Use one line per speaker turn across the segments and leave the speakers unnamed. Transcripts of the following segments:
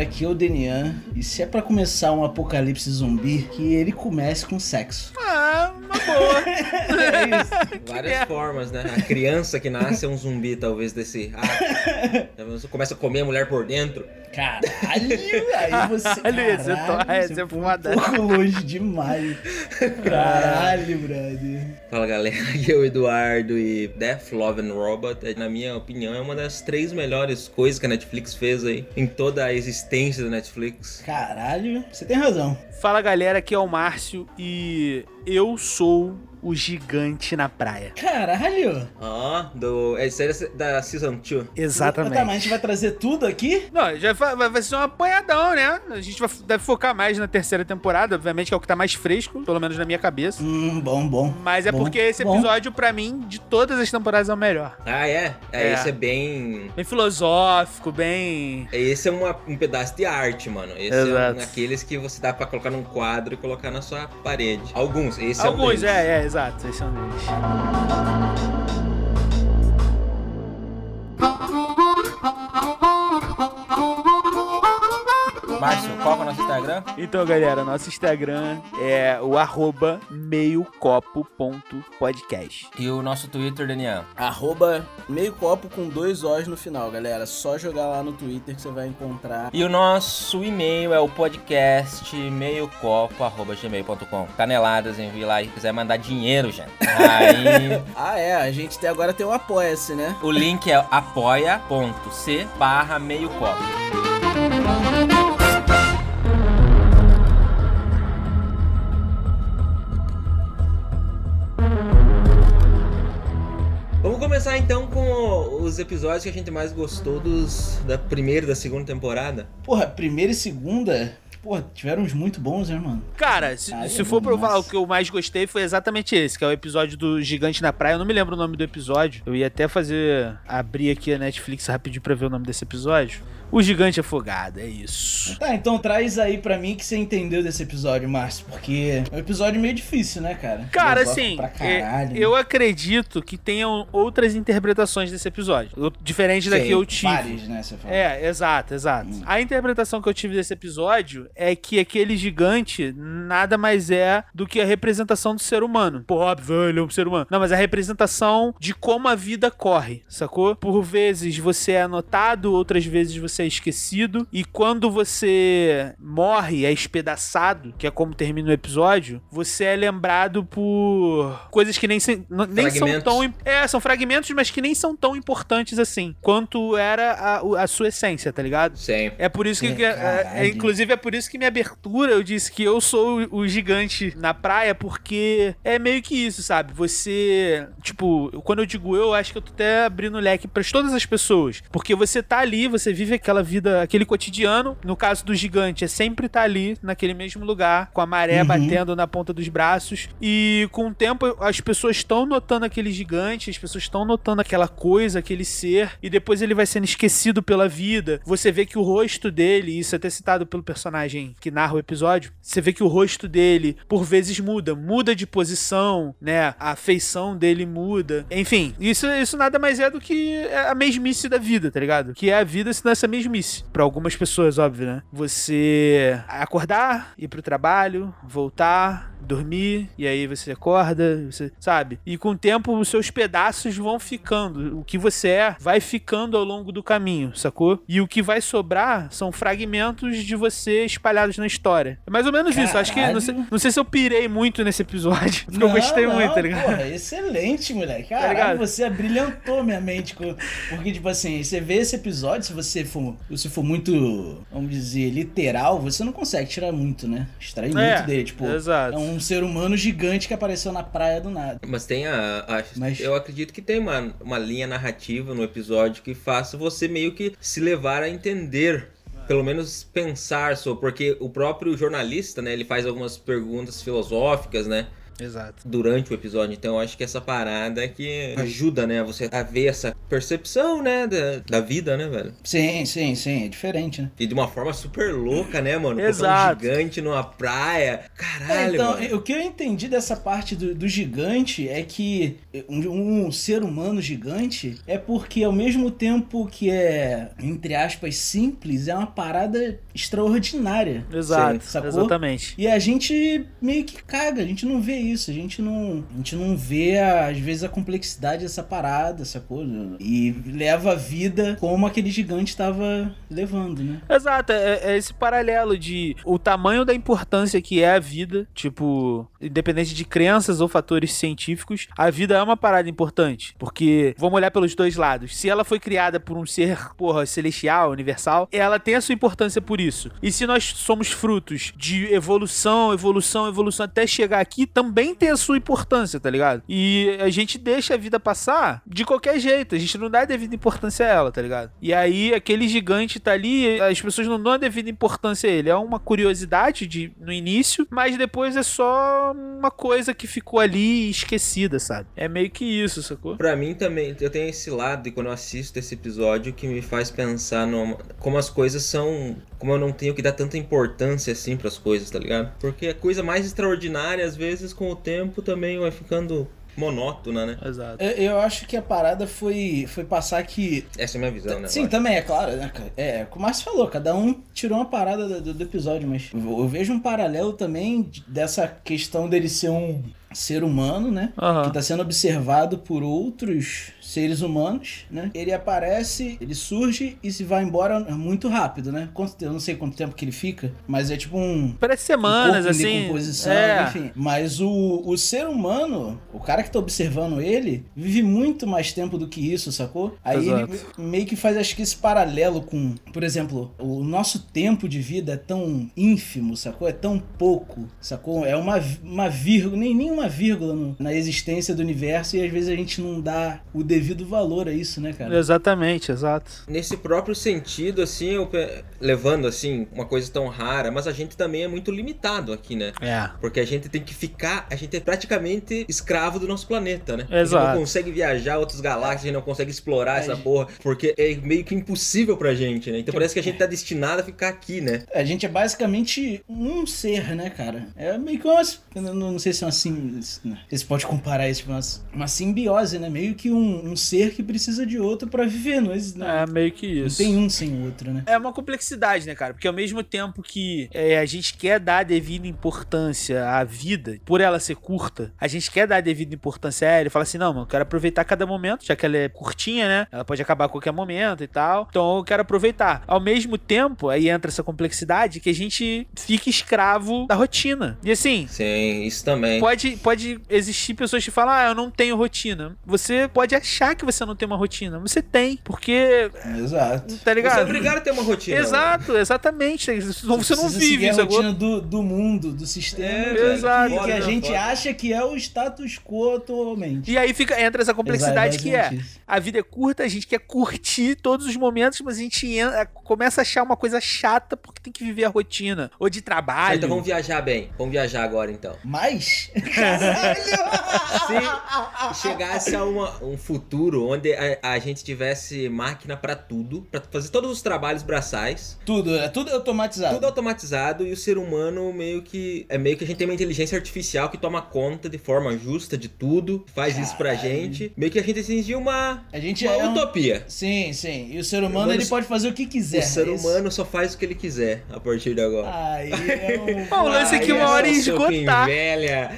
aqui é o Denian e se é pra começar um apocalipse zumbi, que ele comece com sexo.
Ah, uma boa.
É isso.
Várias
merda.
formas, né? A criança que nasce é um zumbi, talvez, desse. Ah, já pensou? começa a comer a mulher por dentro.
Caralho, aí você.
Caralho, esse é to-
caralho,
esse é
foi
foda.
Um pouco longe demais. Caralho, brother.
Fala galera, aqui é o Eduardo e Death, Love and Robot, é, na minha opinião, é uma das três melhores coisas que a Netflix fez aí em toda a existência da Netflix.
Caralho, você tem razão.
Fala galera, aqui é o Márcio e eu sou o gigante na praia.
Caralho.
Ó, do. É série da Season 2.
Tá, mas a gente
Exatamente.
vai trazer tudo aqui?
Não, já fa- vai vai ser um apanhadão, né? A gente vai, deve focar mais na terceira temporada, obviamente, que é o que tá mais fresco, pelo menos na minha cabeça.
Hum, bom, bom.
Mas é
Bom,
porque esse
bom.
episódio, pra mim, de todas as temporadas, é o melhor.
Ah, é? é?
É.
Esse é bem.
Bem filosófico, bem.
Esse é uma- um pedaço de arte, mano. Esse é um
Exato.
daqueles que você dá pra colocar num quadro e colocar na sua parede. Alguns, esse é um
Alguns,
deles.
é, é, exato. Esse é um deles.
Márcio, qual que é o nosso Instagram?
Então, galera, nosso Instagram é o arroba meiocopo.podcast.
E o nosso Twitter, Daniel.
Arroba meio copo com dois O's no final, galera. Só jogar lá no Twitter que você vai encontrar.
E o nosso e-mail é o podcast meiocopo.gmail.com. Caneladas, envie lá e quiser mandar dinheiro, gente. Aí
Ah, é. A gente até agora tem o Apoia-se, né?
o link é apoia.c barra meiocopo.
Vamos começar então com o- os episódios que a gente mais gostou dos da primeira e da segunda temporada.
Porra, primeira e segunda. Porra, tiveram uns muito bons, né, mano?
Cara, se,
Caralho,
se for
mano,
provar o
nossa.
que eu mais gostei foi exatamente esse, que é o episódio do Gigante na Praia. Eu não me lembro o nome do episódio. Eu ia até fazer. abrir aqui a Netflix rapidinho pra ver o nome desse episódio. O Gigante Afogado, é isso.
Tá, então traz aí pra mim o que você entendeu desse episódio, Márcio, porque é um episódio meio difícil, né, cara?
Cara,
Filosófico
assim,
pra
é,
caralho,
eu acredito que tenham outras interpretações desse episódio. Eu- Diferente da
Sim,
que eu tive.
né? Vários, né, você fala.
É, exato, exato.
Hum.
A interpretação que eu tive desse episódio é que aquele gigante nada mais é do que a representação do ser humano. Pô, óbvio, ele é um ser humano. Não, mas a representação de como a vida corre, sacou? Por vezes você é anotado, outras vezes você é esquecido. E quando você morre, é espedaçado, que é como termina o episódio, você é lembrado por coisas que nem, se- n- nem são
Fragmentos.
tão im- é, são fragmentos, mas que nem são tão importantes assim, quanto era a, o- a sua essência, tá ligado?
Sim.
É por isso que.
É,
que- é- é-
caralho.
inclusive, é por isso que minha abertura eu disse que eu sou o, o gigante na praia, porque é meio que isso, sabe? Você. Tipo, quando eu digo eu, acho que eu tô até abrindo o leque pra todas as pessoas. Porque você tá ali, você vive aquela vida, aquele cotidiano. No caso do gigante, é sempre tá ali, naquele mesmo lugar, com a maré
Uhum.
batendo na ponta dos braços. E com o tempo, as pessoas estão notando aquele gigante, as pessoas estão notando aquela coisa, aquele ser. E depois ele vai sendo esquecido pela vida. Você vê que o rosto dele, e isso é até citado pelo personagem que narra o episódio, você vê que o rosto dele, por vezes, muda. Muda de posição, né? A feição dele muda. Enfim, isso, isso nada mais é do que a mesmice da vida, tá ligado? Que é a vida se nessa mesmice. Pra algumas pessoas, óbvio, né? Você acordar, ir pro trabalho, voltar, dormir, e aí você acorda, você sabe? E com o tempo os seus pedaços vão ficando. O que você é vai ficando ao longo do caminho, sacou? E o que vai sobrar são fragmentos de você espalhados na história. É mais ou menos isso. Acho que.
Caralho.
Não sei, não sei se eu pirei muito nesse episódio, porque eu
Não,
gostei
não,
muito, tá ligado? Tá
Porra, excelente, moleque. Caralho,
ligado?
você brilhantou minha mente. com- Porque, tipo assim, você vê esse episódio, se você for, se for muito, vamos dizer, literal, você não consegue tirar muito, né? Extrair
É,
muito dele. Tipo,
Exato.
é um ser humano gigante que apareceu na praia do nada.
Mas tem a. a-
Mas-
Eu acredito que tem uma, uma linha narrativa no episódio que faça você meio que se levar a entender. Pelo menos pensar sobre, porque o próprio jornalista, né, ele faz algumas perguntas filosóficas, né,
Exato.
durante o episódio. Então eu acho que essa parada é que ajuda, né, você a ver essa percepção, né, da, da vida, né, velho?
Sim, sim, sim. É diferente, né?
E de uma forma super louca, né, mano? Botar um
Exato.
gigante numa praia.
É,
Caralho,
então,
mano.
o que eu entendi dessa parte do, do gigante é que um, um ser humano gigante é porque, ao mesmo tempo que é, entre aspas, simples, é uma parada extraordinária.
Exato,
sacou?
exatamente.
E a gente meio que caga, a gente não vê isso, a gente não, a gente não vê, às vezes, a complexidade dessa parada, sacou? E leva a vida como aquele gigante estava levando, né?
Exato, é, é esse paralelo de o tamanho da importância que é a vida, tipo, independente de crenças ou fatores científicos, a vida é uma parada importante, porque vamos olhar pelos dois lados. Se ela foi criada por um ser, porra, celestial, universal, ela tem a sua importância por isso. E se nós somos frutos de evolução, evolução, evolução até chegar aqui, também tem a sua importância, tá ligado? E a gente deixa a vida passar de qualquer jeito, a gente não dá a devida importância a ela, tá ligado? E aí aquele gigante tá ali, as pessoas não dão a devida importância a ele. É uma curiosidade de, no início, mas depois é só uma coisa que ficou ali esquecida, sabe? É meio que isso, sacou?
Pra mim também, eu tenho esse lado, e quando eu assisto esse episódio, que me faz pensar numa, como as coisas são. Como eu não tenho que dar tanta importância assim pras coisas, tá ligado? Porque a coisa mais extraordinária, às vezes, com o tempo também vai ficando monótona, né?
Exato.
Eu, É, eu acho que a parada foi, foi passar que
Essa é a minha visão, né?
Sim,
lógico.
também, é claro, né, cara? É, como o Márcio falou, cada um tirou uma parada do, do episódio, mas eu eu vejo um paralelo também de- dessa questão dele ser um ser humano, né?
Aham.
Que tá sendo observado por outros seres humanos, né? Ele aparece, ele surge e se vai embora muito rápido, né? Quanto- eu não sei quanto tempo que ele fica, mas é tipo um
Parece
um
semanas,
corpo em
assim.
decomposição,
é.
enfim. Mas o, o ser humano, o cara que tá observando ele, vive muito mais tempo do que isso, sacou? Aí
Exato.
ele meio que faz, acho que esse paralelo com, por exemplo, o nosso tempo de vida é tão ínfimo, sacou? É tão pouco, sacou? É uma, uma vírgula, nem, nem uma vírgula no- na existência do universo e às vezes a gente não dá o devido valor a isso, né, cara?
Exatamente, exato.
Nesse próprio sentido, assim, eu pe- levando assim, uma coisa tão rara, mas a gente também é muito limitado aqui, né?
É.
Porque a gente tem que ficar, a gente é praticamente escravo do nosso planeta, né? A gente
Exato.
não consegue viajar a outras galáxias, a gente não consegue explorar
É,
essa
gente.
porra, porque é meio que impossível pra gente, né? Então parece que a gente tá destinado a ficar aqui, né?
A gente é basicamente um ser, né, cara? É meio que uma. eu Não, não sei se é uma sim. Vocês podem comparar isso, mas. Uma simbiose, né? Meio que um, um ser que precisa de outro pra viver. Não, existe- não,
É meio que
não
isso.
tem um sem o outro, né?
É uma complexidade, né, cara? Porque ao mesmo tempo que é, a gente quer dar a devida importância à vida, por ela ser curta, a gente quer dar a devida importância a ela e fala assim: não, mano, eu quero aproveitar cada momento, já que ela é curtinha, né? Ela pode acabar a qualquer momento e tal. Então eu quero aproveitar. Ao mesmo tempo, aí entra essa complexidade que a gente fica escravo da rotina. E assim,
Sim, isso também.
Pode, pode existir pessoas que falam, ah, eu não tenho rotina. Você pode achar que você não tem uma rotina. Você tem, porque,
Exato.
tá
Você é
ligado?
obrigado a ter uma rotina.
Exato, exatamente. Senão Então Você não
precisa
vive
seguir
isso
a
agora.
rotina do, do mundo, do sistema.
É,
que-
exato.
Que, a
Foda,
gente
foda.
acha que é o status quo atualmente.
E aí fica, entra essa complexidade que é.
Exatamente isso.
A vida é curta, a gente quer curtir todos os momentos, mas a gente en- começa a achar uma coisa chata porque tem que viver a rotina. Ou de
Ah,
trabalho.
então vamos viajar bem. Vamos viajar agora então.
Mas. Caralho!
Se chegasse a uma- um futuro onde a, a gente tivesse máquina pra tudo, pra fazer todos os trabalhos braçais,
tudo, é tudo automatizado.
tudo automatizado e o ser humano meio que é meio que a gente tem uma inteligência artificial que toma conta de forma justa de tudo, faz isso pra
Caralho.
gente, meio que a gente atingiu uma,
A gente
uma
é. um-
utopia.
Sim, sim. E o ser
Humano-
humano ele pode fazer o que quiser.
o ser
é isso?
humano só faz o que ele quiser a partir de agora.
Aí é um.
Pô, o lance é
Aí
que uma hora
é
ia
seu
esgotar.
Velha,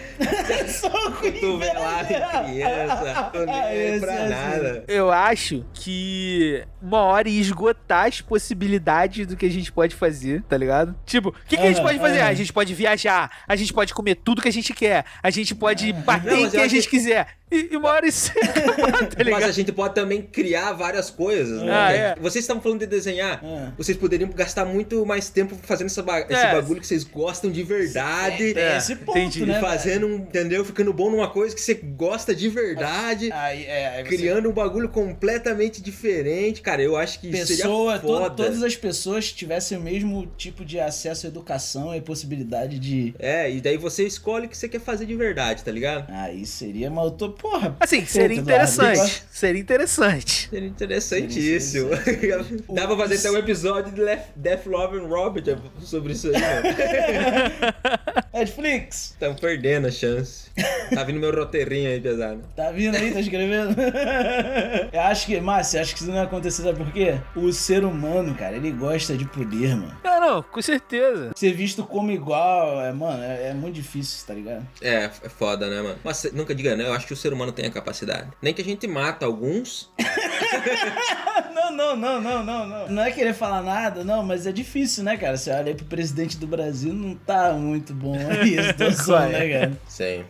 só- só com
cotovelada em criança, tô nem aí
Esse é
pra
assim.
nada.
Eu acho que uma hora ia esgotar as possibilidades do que a gente pode fazer, tá ligado? Tipo, o que, que a
É,
gente
Aham,
pode fazer?
aham.
Ah, A gente pode viajar, a gente pode comer tudo que a gente quer, a gente pode
Ah.
bater
É. Não,
em
mas
quem
eu
a
acho
gente
que-
quiser. E, e uma hora isso ia acabar, tá
Mas
ligado?
a gente pode também criar várias coisas, né?
Ah, é.
Vocês estão falando de desenhar.
Ah.
Vocês poderiam gastar muito mais tempo fazendo essa ba- esse
É.
bagulho que vocês gostam Ah, de verdade.
É, é esse ponto,
entendi.
né?
E fazendo, um, entendeu? Ficando bom numa coisa que você gosta de verdade.
velho? Aí, é, aí você-
Criando um bagulho completamente diferente, cara. Eu acho que isso
Pessoa,
seria
to-
foda.
todas as pessoas tivessem o mesmo tipo de acesso à educação e possibilidade de.
É, e daí você escolhe o que você quer fazer de verdade, tá ligado?
Aí seria uma porra.
Assim, seria
Eduardo,
interessante.
eu acho-
Seria interessante.
Seria interessantíssimo. Dá pra fazer até um episódio de Lef- Death, Love and Robert sobre isso aí, mano.
Netflix,
Tão perdendo a chance. Tá vindo meu roteirinho aí pesado.
Tá vindo aí, tá escrevendo? eu acho que, Márcio, eu acho que isso não ia acontecer, sabe por quê? O ser humano, cara, ele gosta de poder, mano.
Não, não, com certeza.
Ser visto como igual, é, mano, é, é muito difícil, tá ligado?
É, é foda, né, mano? Mas nunca diga, né? Eu acho que o ser humano tem a capacidade. Nem que a gente mata alguns.
Não, não, não, não, não, não. Não é querer falar nada, não, mas é difícil, né, cara? Você olha aí pro presidente do Brasil, não tá muito bom aí a situação,
Qual é?
né, cara?
Sim.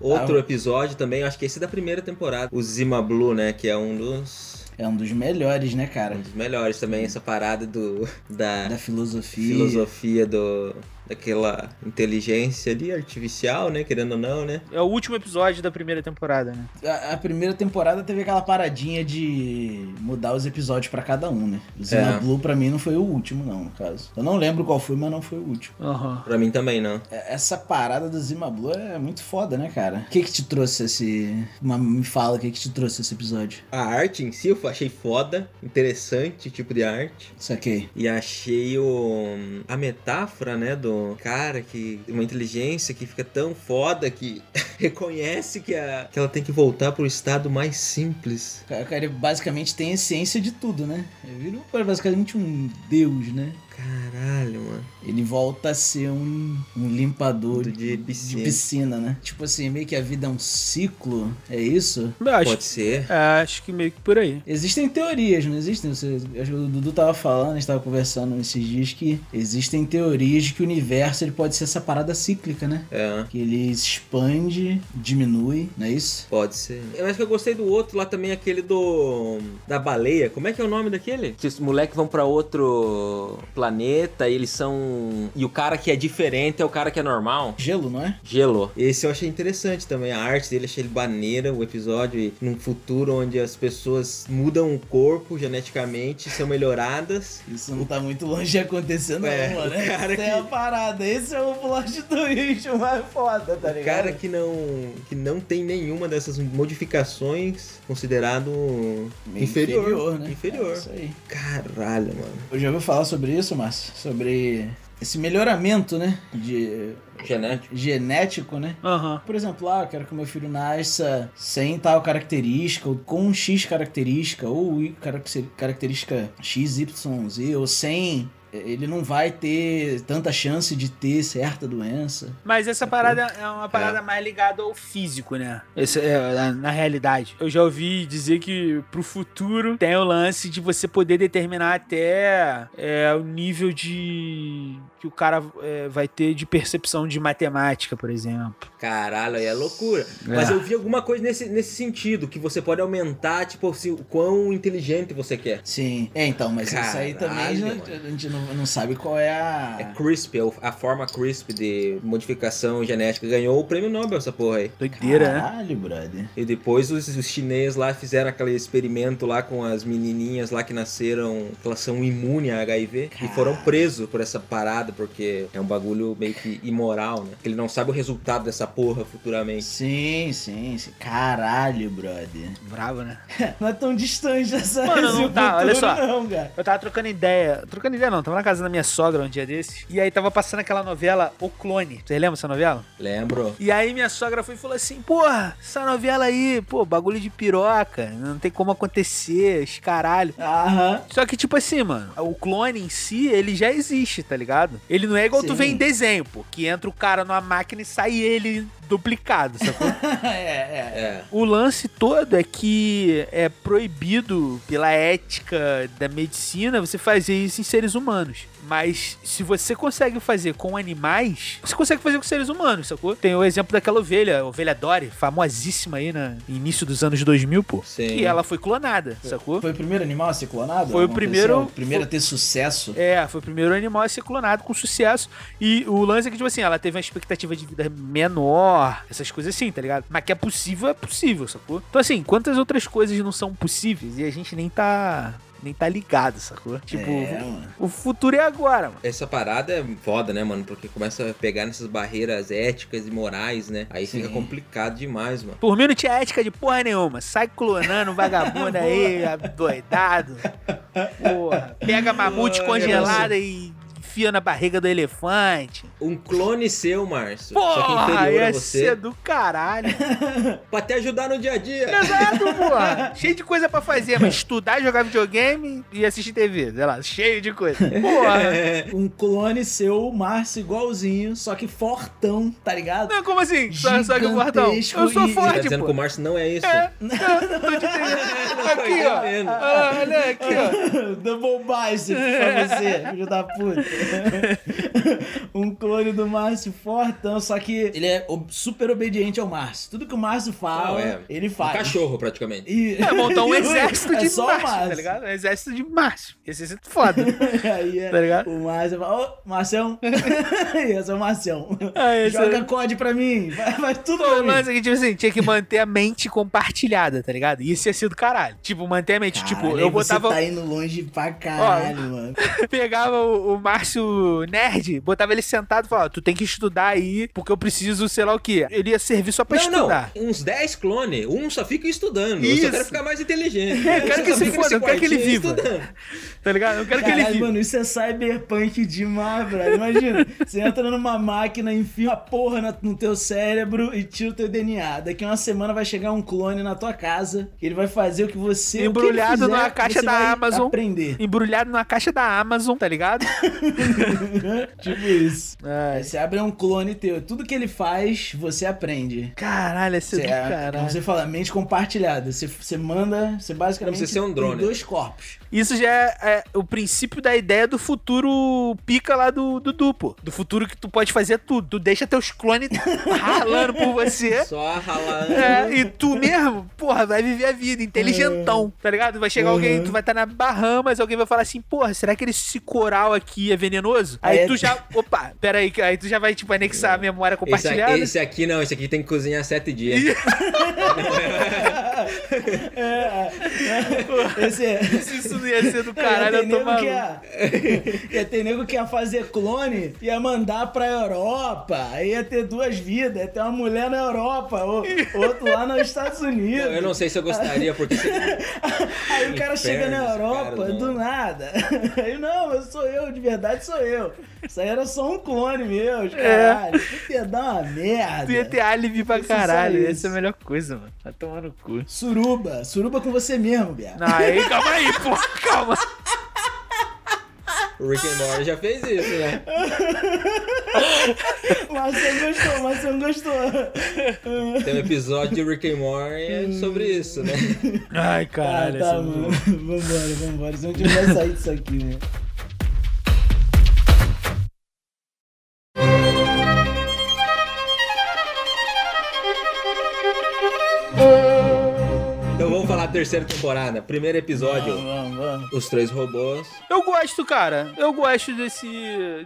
Outro
Tá.
episódio também, acho que esse é da primeira temporada. O Zima Blue, né? Que é um dos,
É um dos melhores, né, cara?
um dos melhores também, essa parada do. Da,
Da filosofia.
filosofia do daquela inteligência ali artificial, né, querendo ou não, né?
É o último episódio da primeira temporada, né?
A, a primeira temporada teve aquela paradinha de mudar os episódios pra cada um, né? O Zima
É.
Blue pra mim não foi o último, não, no caso. Eu não lembro qual foi, mas não foi o último.
Aham.
Pra mim também não.
É- Essa parada do Zima Blue é muito foda, né, cara? O que que te trouxe esse... uma- Me fala o que que te trouxe esse episódio.
A arte em si eu achei foda, interessante o tipo de arte.
Saquei.
E achei o, a metáfora, né, do cara que. Uma inteligência que fica tão foda que reconhece que, a, que ela tem que voltar pro estado mais simples.
O ca- cara ele basicamente tem a essência de tudo, né? Ele vira basicamente um deus, né?
Caralho, mano.
Ele volta a ser um, um limpador de,
De piscina.
piscina, né? Tipo assim, meio que a vida é um ciclo, é isso?
Eu Acho,
Pode ser.
é, acho que meio que por aí.
Existem teorias, não existem? Você, acho que o Dudu tava falando, a gente tava conversando esses dias que existem teorias de que o universo ele pode ser essa parada cíclica, né?
É.
Que ele se expande, diminui, não é isso?
Pode ser. Eu acho que eu gostei do outro lá também, aquele do. Da baleia. Como é que é o nome daquele?
Que os moleques vão pra outro planeta e eles são. E o cara que é diferente é o cara que é normal.
Gelo, não é?
Gelo.
Esse eu achei interessante também, a arte dele, achei ele baneira, o episódio, e num futuro onde as pessoas mudam o corpo geneticamente, são melhoradas.
Isso não tá muito longe de acontecer, não,
É,
mano.
o
Essa
cara
é
que-
a parada. Esse é o plot twist mais foda, tá
O
ligado?
Um cara que não, que não tem nenhuma dessas modificações, considerado
Meio
inferior.
né? É
Inferior.
isso aí.
Caralho, mano.
Eu já ouviu falar sobre isso, Márcio? Sobre esse melhoramento, né? De
Genético.
genético, né?
Aham.
Por exemplo, ah, eu quero que meu filho nasça sem tal característica, ou com X característica, ou Y carac- característica XYZ, ou sem. Ele não vai ter tanta chance de ter certa doença.
Mas essa parada é uma parada mais ligada ao físico, né? Esse é, na, na realidade. Eu já ouvi dizer que pro futuro tem o lance de você poder determinar até é, o nível de. que o cara é, vai ter de percepção de matemática, por exemplo.
Caralho, aí é loucura. Mas
É.
eu vi alguma coisa nesse, nesse sentido, que você pode aumentar, tipo, assim, o quão inteligente você quer.
Sim. É, então, mas isso aí também
Caralho,
já-
mano.
a gente não, não sabe qual é a.
É CRISP, é o- a forma CRISP de modificação genética. Ganhou o prêmio Nobel essa porra aí.
Doideira, né?
Caralho, brother.
E depois os, os chineses lá fizeram aquele experimento lá com as menininhas lá que nasceram, que elas são imunes a HIV. E foram presos por essa parada, porque é um bagulho meio que imoral, né? Ele não sabe o resultado dessa porra futuramente.
Sim, sim, sim. Caralho, brother.
Bravo, né?
Não é tão distante essa
Mano,
esse
não tá, olha
futuro,
só.
Não, cara.
Eu tava trocando ideia. Trocando ideia não, tava na casa da minha sogra um dia desse. E aí tava passando aquela novela O Clone. Vocês lembram dessa novela?
Lembro.
E aí minha sogra foi e falou assim: Porra, essa novela aí, pô, bagulho de piroca, não tem como acontecer, os caralho.
Aham.
Só que, tipo assim, mano, o clone em si, ele já existe, tá ligado? Ele não é igual tu
Sim.
vê em desenho, pô, que entra o cara numa máquina e sai ele duplicado, sacou?
é, é.
É.
o lance todo é que é proibido pela ética da medicina você fazer isso em seres humanos. Mas se você consegue fazer com animais, você consegue fazer com seres humanos, sacou? Tem o exemplo daquela ovelha, a ovelha Dory, famosíssima aí no início dos anos 2000, pô.
Sim.
Que ela foi clonada, sacou?
Foi o primeiro animal a ser clonado?
Foi o
Aconteceu?
primeiro-
O primeiro a ter sucesso?
É, foi o primeiro animal a ser clonado com sucesso. E o lance é que, tipo assim, ela teve uma expectativa de vida menor, essas coisas assim, tá ligado? Mas que é possível, é possível, sacou? Então, assim, quantas outras coisas não são possíveis e a gente nem tá. nem tá ligado, sacou? Tipo.
É, mano.
O futuro é agora, mano.
Essa parada é foda, né, mano? Porque começa a pegar nessas barreiras éticas e morais, né? Aí
Sim.
fica complicado demais, mano.
Por mim não tinha é ética de porra nenhuma. Sai clonando um vagabundo aí, doidado. Porra. Pega mamute
Ai,
congelado
é
e enfia na barriga do elefante.
Um clone seu, Márcio. só que
Porra,
inferior a
ia
você.
ser do caralho.
Pra te ajudar no dia a dia.
Exato, porra. Cheio de coisa pra fazer, mas estudar, jogar videogame e assistir TV. Sei lá, cheio de coisa. Porra.
Um clone seu, Márcio, igualzinho, só que fortão, tá ligado?
Não, como assim? Só, só que o Fortão.
Gigantesco
Eu sou
e-
Você tá
forte,
dizendo que o
pô.
Márcio não é isso.
tipo, É, não, tô te entendendo.
tô
Aqui, ó.
entendendo.
Ah, Olha, aqui, ó.
Double bicep pra você, filho da puta. um clone do Márcio fortão, só que ele é ob- super obediente ao Márcio. Tudo que o Márcio fala,
Não, é.
ele
Um
faz.
cachorro, praticamente.
E...
É, montar um
e-
exército
é
de
só o
Márcio,
Márcio.
tá ligado? Um exército de Márcio. Exército é foda.
E aí é,
Tá ligado?
o Márcio fala, ô, Marcião, esse é o Marcião.
Ah, esse
Joga
é-
COD pra mim, vai- faz tudo
Pô,
pra
o lance
mim.
é que, tipo assim, tinha que manter a mente compartilhada, tá ligado? Isso ia ser do caralho. Tipo, manter a mente. tipo,
Caralho,
eu
aí você
botava.
tá indo longe pra caralho, mano.
pegava o, o Márcio Nerd, botava ele sentado e falava: Tu tem que estudar aí, porque eu preciso, sei lá o quê. Ele ia servir só pra
Não,
estudar.
não. Uns 10 clones. Um só fica estudando. Eu
Isso.
só quero ficar mais inteligente.
Eu quero
só
que se
fica
foda,
nesse
eu quero que ele
quartinho
viva.
estudando.
Tá ligado? Eu quero que ele
Caralho,
viva.
mano, isso é cyberpunk demais, brother. Imagina, você entra numa máquina, enfia uma porra na- no teu cérebro e tira o teu DNA. Daqui a uma semana vai chegar um clone na tua casa, que ele vai fazer o que você o que ele
Embrulhado
fizer,
numa caixa
você
da
vai
Amazon.
aprender.
Embrulhado numa caixa da Amazon, tá ligado?
tipo isso. Aí
Ai,
você abre um clone teu, tudo que ele faz, você aprende.
caralho, esse
Você,
é do
como
caralho.
então você fala, mente compartilhada. Você, você manda, você basicamente
Você ser um
tem
drone.
dois corpos.
Isso já é, é o princípio da ideia do futuro pica lá do do duplo. Do futuro que tu pode fazer tudo. Tu deixa teus clones ralando por você.
Só ralando.
É, e tu mesmo, porra, vai viver a vida, inteligentão, tá ligado? Vai chegar alguém,
Uhum.
tu vai estar na Bahamas, alguém vai falar assim, porra, será que esse coral aqui é venenoso? Aí
Aí é-
tu já, opa, pera aí, aí tu já vai, tipo, anexar a memória
Esse aqui,
compartilhada.
esse aqui não, esse aqui tem que cozinhar sete dias.
Esse é.
Isso não ia ser do caralho,
ia
eu
ter
tô
nego que é
maluco.
ia... ia ter nego que ia fazer clone, ia mandar pra Europa, aí ia ter duas vidas, ia ter uma mulher na Europa, ou- outro lá nos Estados Unidos.
Eu não sei se eu gostaria, porque
Aí o cara
Inferno,
chega na
esse
Europa,
cara, não.
do nada. Aí, não, eu sou eu, de verdade sou eu. Isso aí era só um clone meu,
É.
os caralho. Isso Ia dar uma merda.
Tu ia ter alívio pra
Isso, né? só
caralho,
isso.
essa é a melhor coisa, mano. Vai tomar no cu.
Suruba, suruba com você mesmo, Bia.
Não, aí, calma aí, porra, calma.
o Rick and Morty já fez isso, né?
O Marcelo gostou, o Marcelo gostou.
Tem um episódio de Rick and Morty sobre isso, né?
Ai,
Ah,
caralho, essa
tá,
é muito
mano.
boa.
Vambora, vambora. Senão a gente não vai sair disso aqui, né? mano.
Então vamos falar da terceira temporada. Primeiro episódio,
Vamos, vamos.
os três robôs.
Eu gosto, cara. Eu gosto desse,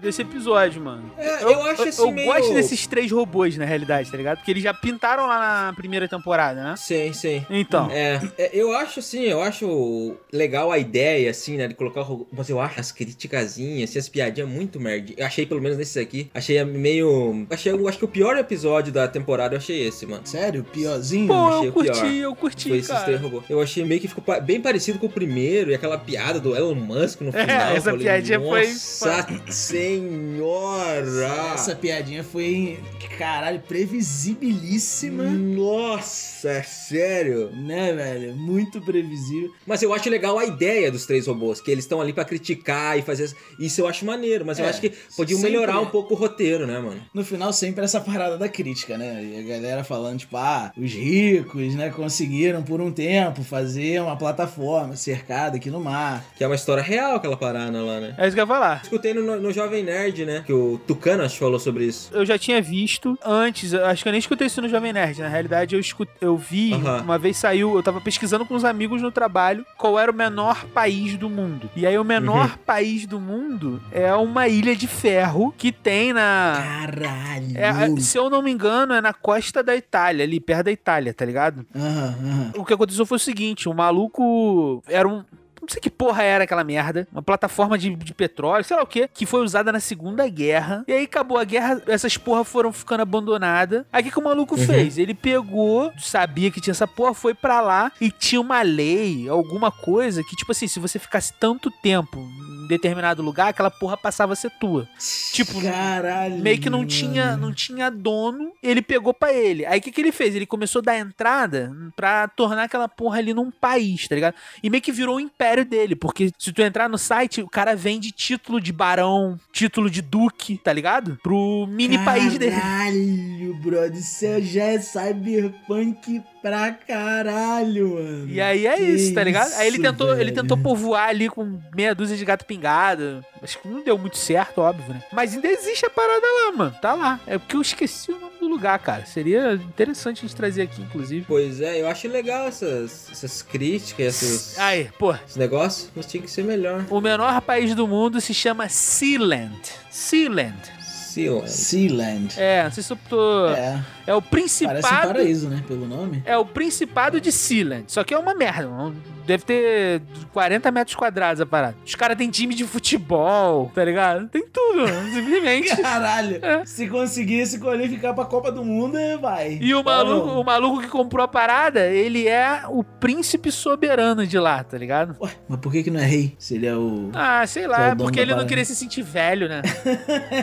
desse episódio, mano.
É, eu acho esse
Eu
meio-
gosto desses três robôs, na realidade, tá ligado? Porque eles já pintaram lá na primeira temporada, né?
Sim, sim.
Então.
É, é, eu acho assim, eu acho legal a ideia, assim, né, de colocar o robô. Mas eu acho as criticazinhas, assim, as piadinhas muito merda. Eu achei, pelo menos nesses aqui, achei meio. Achei, eu acho que o pior episódio da temporada eu achei esse, mano.
Sério? Piorzinho?
Pô,
achei
eu
o pior.
curti, eu curti,
Foi esses três
cara.
robôs. Eu achei meio que ficou pa- bem parecido com o primeiro e aquela piada do Elon Musk no
É,
final.
essa
Eu
piadinha foi-
Nossa senhora!
Essa piadinha foi, caralho, previsibilíssima.
Nossa, sério?
Hum. Né, velho? Muito previsível.
Mas eu acho legal a ideia dos três robôs, que eles estão ali pra criticar e fazer. as- Isso eu acho maneiro, mas eu
É,
acho que podiam
sempre
melhorar
é.
um pouco o roteiro, né, mano?
No final, sempre essa parada da crítica, né? E a galera falando, tipo, ah, os ricos, né, conseguiram por um tempo fazer uma plataforma cercada aqui no mar.
Que é uma história real aquela parada lá, né?
É isso que eu ia falar.
Escutei no, no Jovem Nerd, né? Que o Tucano acho que falou sobre isso.
Eu já tinha visto antes, eu acho que eu nem escutei isso no Jovem Nerd. Na realidade, eu, escut... eu vi,
Aham.
uma vez saiu, eu tava pesquisando com uns amigos no trabalho qual era o menor país do mundo. E aí, o menor
Uhum.
país do mundo é uma ilha de ferro que tem na.
Caralho!
Ah. É,
Aham,
a- se eu não me engano, é na costa da Itália, ali perto da Itália, tá ligado?
aham.
O que aconteceu foi o seguinte: o maluco era um. um Não sei que porra era aquela merda. Uma plataforma de, de petróleo, sei lá o quê, que foi usada na Segunda Guerra. E aí acabou a guerra, essas porra foram ficando abandonadas. Aí o que, que o maluco fez? Ele pegou, sabia que tinha essa porra, foi pra lá e tinha uma lei, alguma coisa que, tipo assim, se você ficasse tanto tempo em determinado lugar, aquela porra passava a ser tua. Tipo,
Caralho.
meio que não tinha,
mano.
não tinha dono, ele pegou pra ele. Aí o que, que ele fez? Ele começou a dar entrada pra tornar aquela porra ali num país, tá ligado? E meio que virou o império dele, porque se tu entrar no site, o cara vende título de barão, título de duque, tá ligado? Pro mini país dele.
Caralho, brother. Isso é- já é cyberpunk pra caralho, mano.
E aí é
Que
isso, tá ligado? Aí ele
isso,
tentou, ele
velho.
tentou povoar ali com meia dúzia de gato pingado. Acho que não deu muito certo, óbvio, né? Mas ainda existe a parada lá, mano. Tá lá. É porque eu esqueci o nome do lugar, cara. Seria interessante a gente trazer aqui, inclusive.
Pois é, eu acho legal essas, essas críticas, esses,
Aí, pô.
esses negócios, mas tinha que ser melhor.
O menor país do mundo se chama Sealand. Sealand.
Seal.
Sealand.
É, não sei se eu tô... É,
É,
o
parece um
principado...
paraíso, né? Pelo nome.
É o Principado de Sealand. Só que é uma merda. não- Deve ter 40 metros quadrados a parada. Os caras têm time de futebol, tá ligado? Tem tudo, simplesmente.
Caralho.
É.
Se conseguir se qualificar pra Copa do Mundo, vai.
E o
Tá
maluco,
bom.
o maluco que comprou a parada, ele é o príncipe soberano de lá, tá ligado?
Ué, mas por que que não é rei? Se ele é o...
Ah, sei
Que é o
lá,
dono
porque
da
ele não
parada.
queria se sentir velho, né?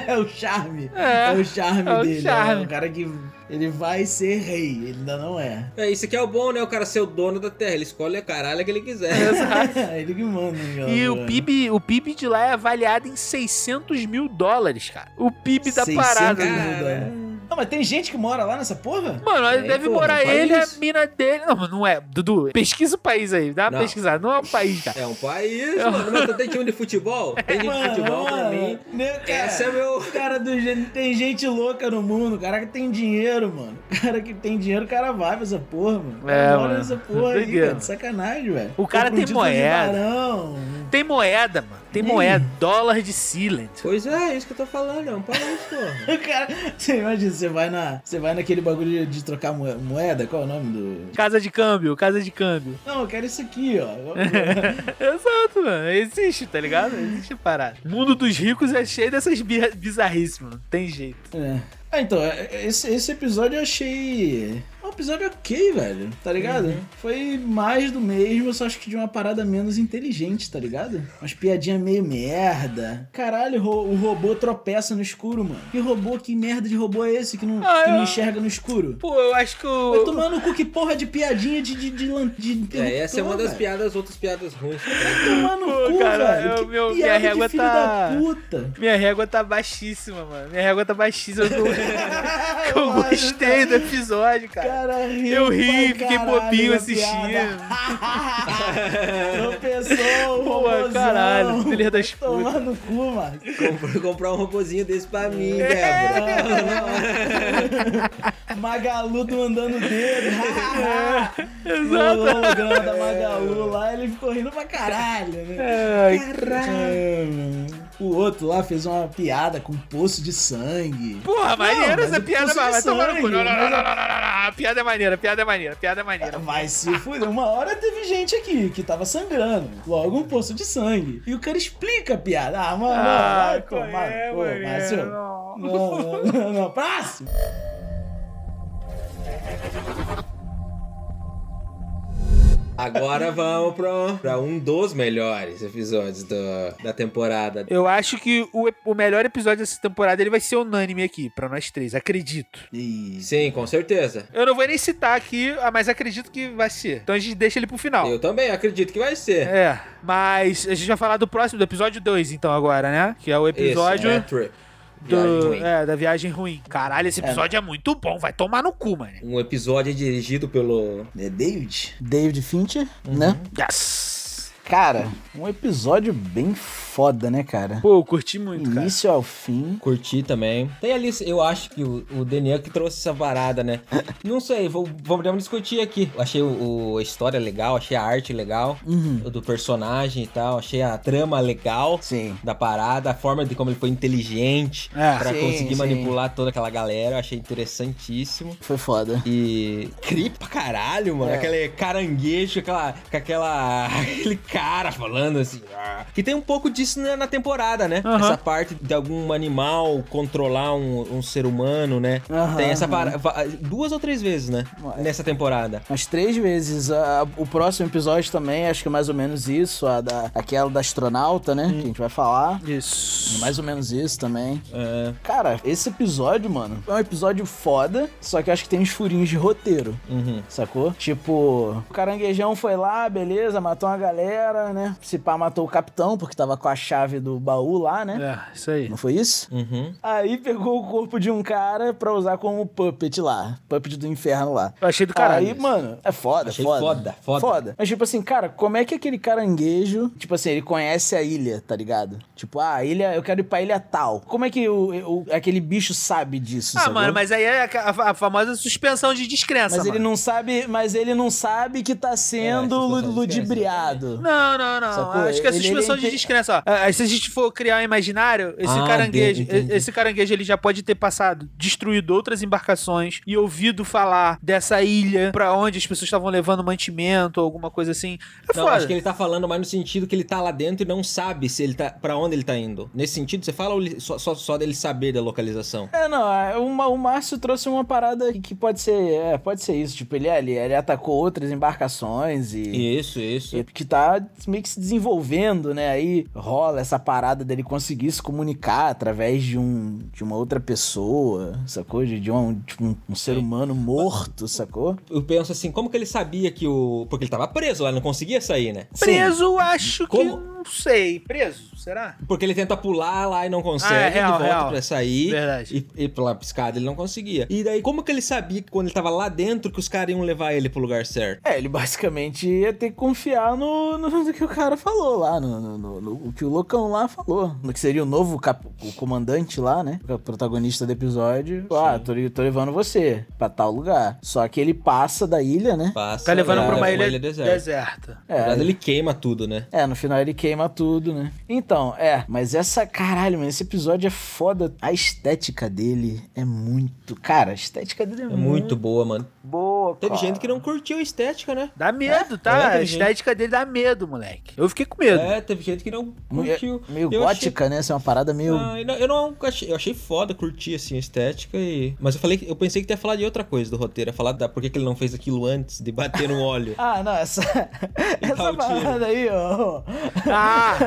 é o charme.
É,
É, o charme
é o
dele.
charme.
É o cara que... Ele vai ser rei. Ele ainda não é.
É, isso aqui é o bom, né? O cara ser o dono da terra. Ele escolhe a caralho que ele quiser.
Exato.
É ele que manda. então, né? galera.
E o PIB, o PIB de lá é avaliado em 600 mil dólares, cara. O PIB da
600
parada.
mil
Cara.
dólares. Não, mas tem gente que mora lá nessa porra?
Mano,
É,
deve
pô,
morar
não faz
ele, a
isso.
mina dele. Não, não é. Dudu, pesquisa o país aí. Dá uma
Não.
pesquisada. Não é um país, cara.
É um país, mano. Mas tem time de futebol? Tem time de futebol pra mim.
né, cara,
Essa é meu.
Cara, do gênero, tem gente louca no mundo, cara que tem dinheiro, mano. Cara que tem dinheiro, o cara vai pra essa porra, mano.
É,
Olha
mano.
essa porra aí,
Doideira.
cara. de Sacanagem, velho.
O cara
Compra um
tem
título de
moeda.
barão.
Tem moeda, mano. Tem
Ih.
moeda. Dólar de Sealand.
Pois é, é isso que eu tô falando. É um país, porra.
O cara, você imagina, você vai, na, você vai naquele bagulho de, de trocar moe- moeda, qual é o nome do...
Casa de câmbio, casa de câmbio.
Não, eu quero isso aqui, ó.
Exato, mano. Existe, tá ligado? Existe a parada. O mundo dos ricos é cheio dessas bi- bizarrices, mano. Tem jeito.
É. Ah, então, é- é- esse, esse episódio eu achei. É um episódio ok, velho. Tá ligado?
Uhum.
Foi mais do mesmo, só acho que de uma parada menos inteligente, tá ligado? Umas piadinhas meio merda. Caralho, ro- o robô tropeça no escuro, mano. Que robô, que merda de robô é esse que não,
Ah,
que não
eu-
enxerga no escuro?
Pô, eu acho que o.
Vai tomar no cu, que porra de piadinha de. de, de, lan- de
É, essa é uma das
interruptor, velho.
piadas, outras piadas ruins.
Tomar
Pô,
no cu,
cara,
velho.
eu-
Que
meu- minha
piada de
régua
filho
tá-
da puta.
Minha régua tá baixíssima, mano. Minha régua tá baixíssima. Eu, eu gostei do episódio, cara.
Cara, riu
Eu ri,
pra
fiquei
caralho
bobinho
na
assistindo.
Tropeçou, o
Pô,
robôzão.
caralho, filha das
Vai Tomar no cu, mano.
Comprar, comprar um robozinho desse pra mim, Débora.
Magalu do mandando o dedo.
É, Exato.
O holograma da Magalu lá, ele ficou rindo pra caralho, né?
Ai,
Caralho. O outro lá fez uma piada com um poço de sangue.
Porra, maneira
mas
essa
o
piada,
pulso
mas vai
de
tomar no cu.
sangue,
Não, não, não,
mas
não, não, não, não, não. Piada é maneira, piada é maneira, piada é maneira.
Vai se fuder. Uma hora teve gente aqui que tava sangrando. Logo um poço de sangue. E o cara explica a piada. Ah, mano, vai
qual
tomar.
é,
Pô,
maneiro,
Márcio.
não.
assim, Não, não, não, não. Próximo!
Agora vamos pro, pra um dos melhores episódios do- da temporada.
Eu acho que o, ep- o melhor episódio dessa temporada ele vai ser unânime aqui, pra nós três, acredito.
Isso.
Sim, com certeza.
Eu não vou nem citar aqui, ah, mas acredito que vai ser. Então a gente deixa ele pro final.
Eu também acredito que vai ser.
É, mas a gente vai falar do próximo, do episódio 2, então, agora, né? Que é o episódio
Esse, é, Trip. Viagem
do,
ruim.
é, da viagem ruim. Caralho, esse episódio é. muito bom, vai tomar no cu, mano.
Um episódio dirigido pelo.
É David? David Fincher, né?
Yes!
Cara, um episódio bem foda, né, cara?
Pô, eu curti muito, cara.
Início ao fim.
Curti também. Tem ali, eu acho que o, o Daniel que trouxe essa varada, né? Não sei, vou, vamos discutir aqui. Eu Achei o, o- a história legal, achei a arte legal
Uhum.
o do personagem e tal, achei a trama legal.
Sim.
Da parada, a forma de como ele foi inteligente
É.
pra
Sim,
conseguir
sim.
manipular toda aquela galera, eu achei interessantíssimo.
Foi foda.
É.
E. Cri pra caralho, mano. Aquele caranguejo, aquela. Com aquela. Aquele cara falando assim. "Ah". Que tem um pouco disso na, na temporada, né?
Aham.
Essa parte de algum animal controlar um, um ser humano, né?
Aham,
tem essa
aham.
para va- duas ou três vezes, né?
Ué.
Nessa temporada.
Umas três vezes. A- o próximo episódio também, acho que é mais ou menos isso. A da, aquela da astronauta, né? Que a gente vai falar.
Isso.
Mais ou menos isso também.
É,
Cara, esse episódio, mano, é um episódio foda, só que eu acho que tem uns furinhos de roteiro.
uhum,
Sacou? Tipo, o caranguejão foi lá, beleza, matou uma galera, né? Se pá, matou o capitão, porque tava com a chave do baú lá, né?
É, isso aí.
Não foi isso?
Uhum.
Aí pegou o corpo de um cara pra usar como puppet lá. Puppet do inferno lá.
Eu achei do caralho. Ah,
Aí, mano, é foda,
Achei
foda.
foda, foda.
Mas, tipo assim, cara, como é que aquele caranguejo, tipo assim, ele conhece a ilha, tá ligado? Tipo, ah, a ilha, eu quero ir pra ilha tal. Como é que o, o- aquele bicho sabe disso?
Ah,
sacou?
mano, mas aí é a, a- a famosa suspensão de descrença,
Mas ele
mano.
não sabe, mas ele não sabe que tá sendo
essas
lu-
coisas
ludibriado.
Não, não, não.
Sacou?
Acho que a
Ele- ele
suspensão de
ente-
descrença, ó. Ah, Se a gente for criar um imaginário, esse
Ah,
caranguejo,
entendi, entendi.
esse caranguejo ele já pode ter passado, destruído outras embarcações e ouvido falar dessa ilha pra onde as pessoas estavam levando mantimento ou alguma coisa assim. É
Não,
foda.
acho que ele tá falando mais no sentido que ele tá lá dentro e não sabe se ele tá para onde ele tá indo. Nesse sentido, você fala ou ele- só, só, só dele saber da localização?
É, não, é, o Ma- o Márcio trouxe uma parada que pode ser, é, pode ser isso, tipo, ele ali, ele atacou outras embarcações
É.
e
Isso, isso.
E que tá meio que se desenvolvendo, né? Aí rola essa parada dele conseguir se comunicar através de um de uma outra pessoa, sacou? De, de um, tipo, um, um ser humano morto, sacou?
Eu penso assim, como que ele sabia que o. Porque ele tava preso lá, não conseguia sair, né?
Preso, acho
Como?
que não sei. Preso, será?
Porque ele tenta pular lá e não consegue,
Ah, é real,
ele volta
real.
pra sair.
Verdade.
E, e pela piscada ele não conseguia. E daí, como que ele sabia que quando ele tava lá dentro que os caras iam levar ele pro lugar certo?
É, ele basicamente ia ter que confiar no, no, no que o cara falou lá, no, no, no- no- o que o loucão lá falou. No que seria o novo cap- o comandante lá, né? O protagonista do episódio. Ah, tô, li- tô levando você pra tal lugar. Só que ele passa da ilha, né?
Passa,
Tá levando
lá,
pra uma
leva
ilha,
deserta.
deserta.
É,
Na verdade, ele queima tudo, né?
É, no final ele queima tudo, né? Então, é, mas essa, caralho, mano, esse episódio é foda. A estética dele é muito. Cara, a estética dele é,
É muito boa, mano.
boa.
Teve
cara.
gente que não curtiu a estética, né?
Dá medo, tá?
é,
a
tem gente.
estética dele dá medo, moleque. Eu fiquei com medo.
É, teve gente que não curtiu.
Meio, meio
Eu
gótica, né? Essa é uma parada
achei-
meio.
Ah, eu não, eu não achei, eu achei foda, curti assim a estética e. Mas eu falei que eu pensei que ia falar de outra coisa do roteiro, ia falar da por que que ele não fez aquilo antes de bater no óleo.
Ah, não, essa.
dá
essa
o tiro.
parada aí, ó.
Ah,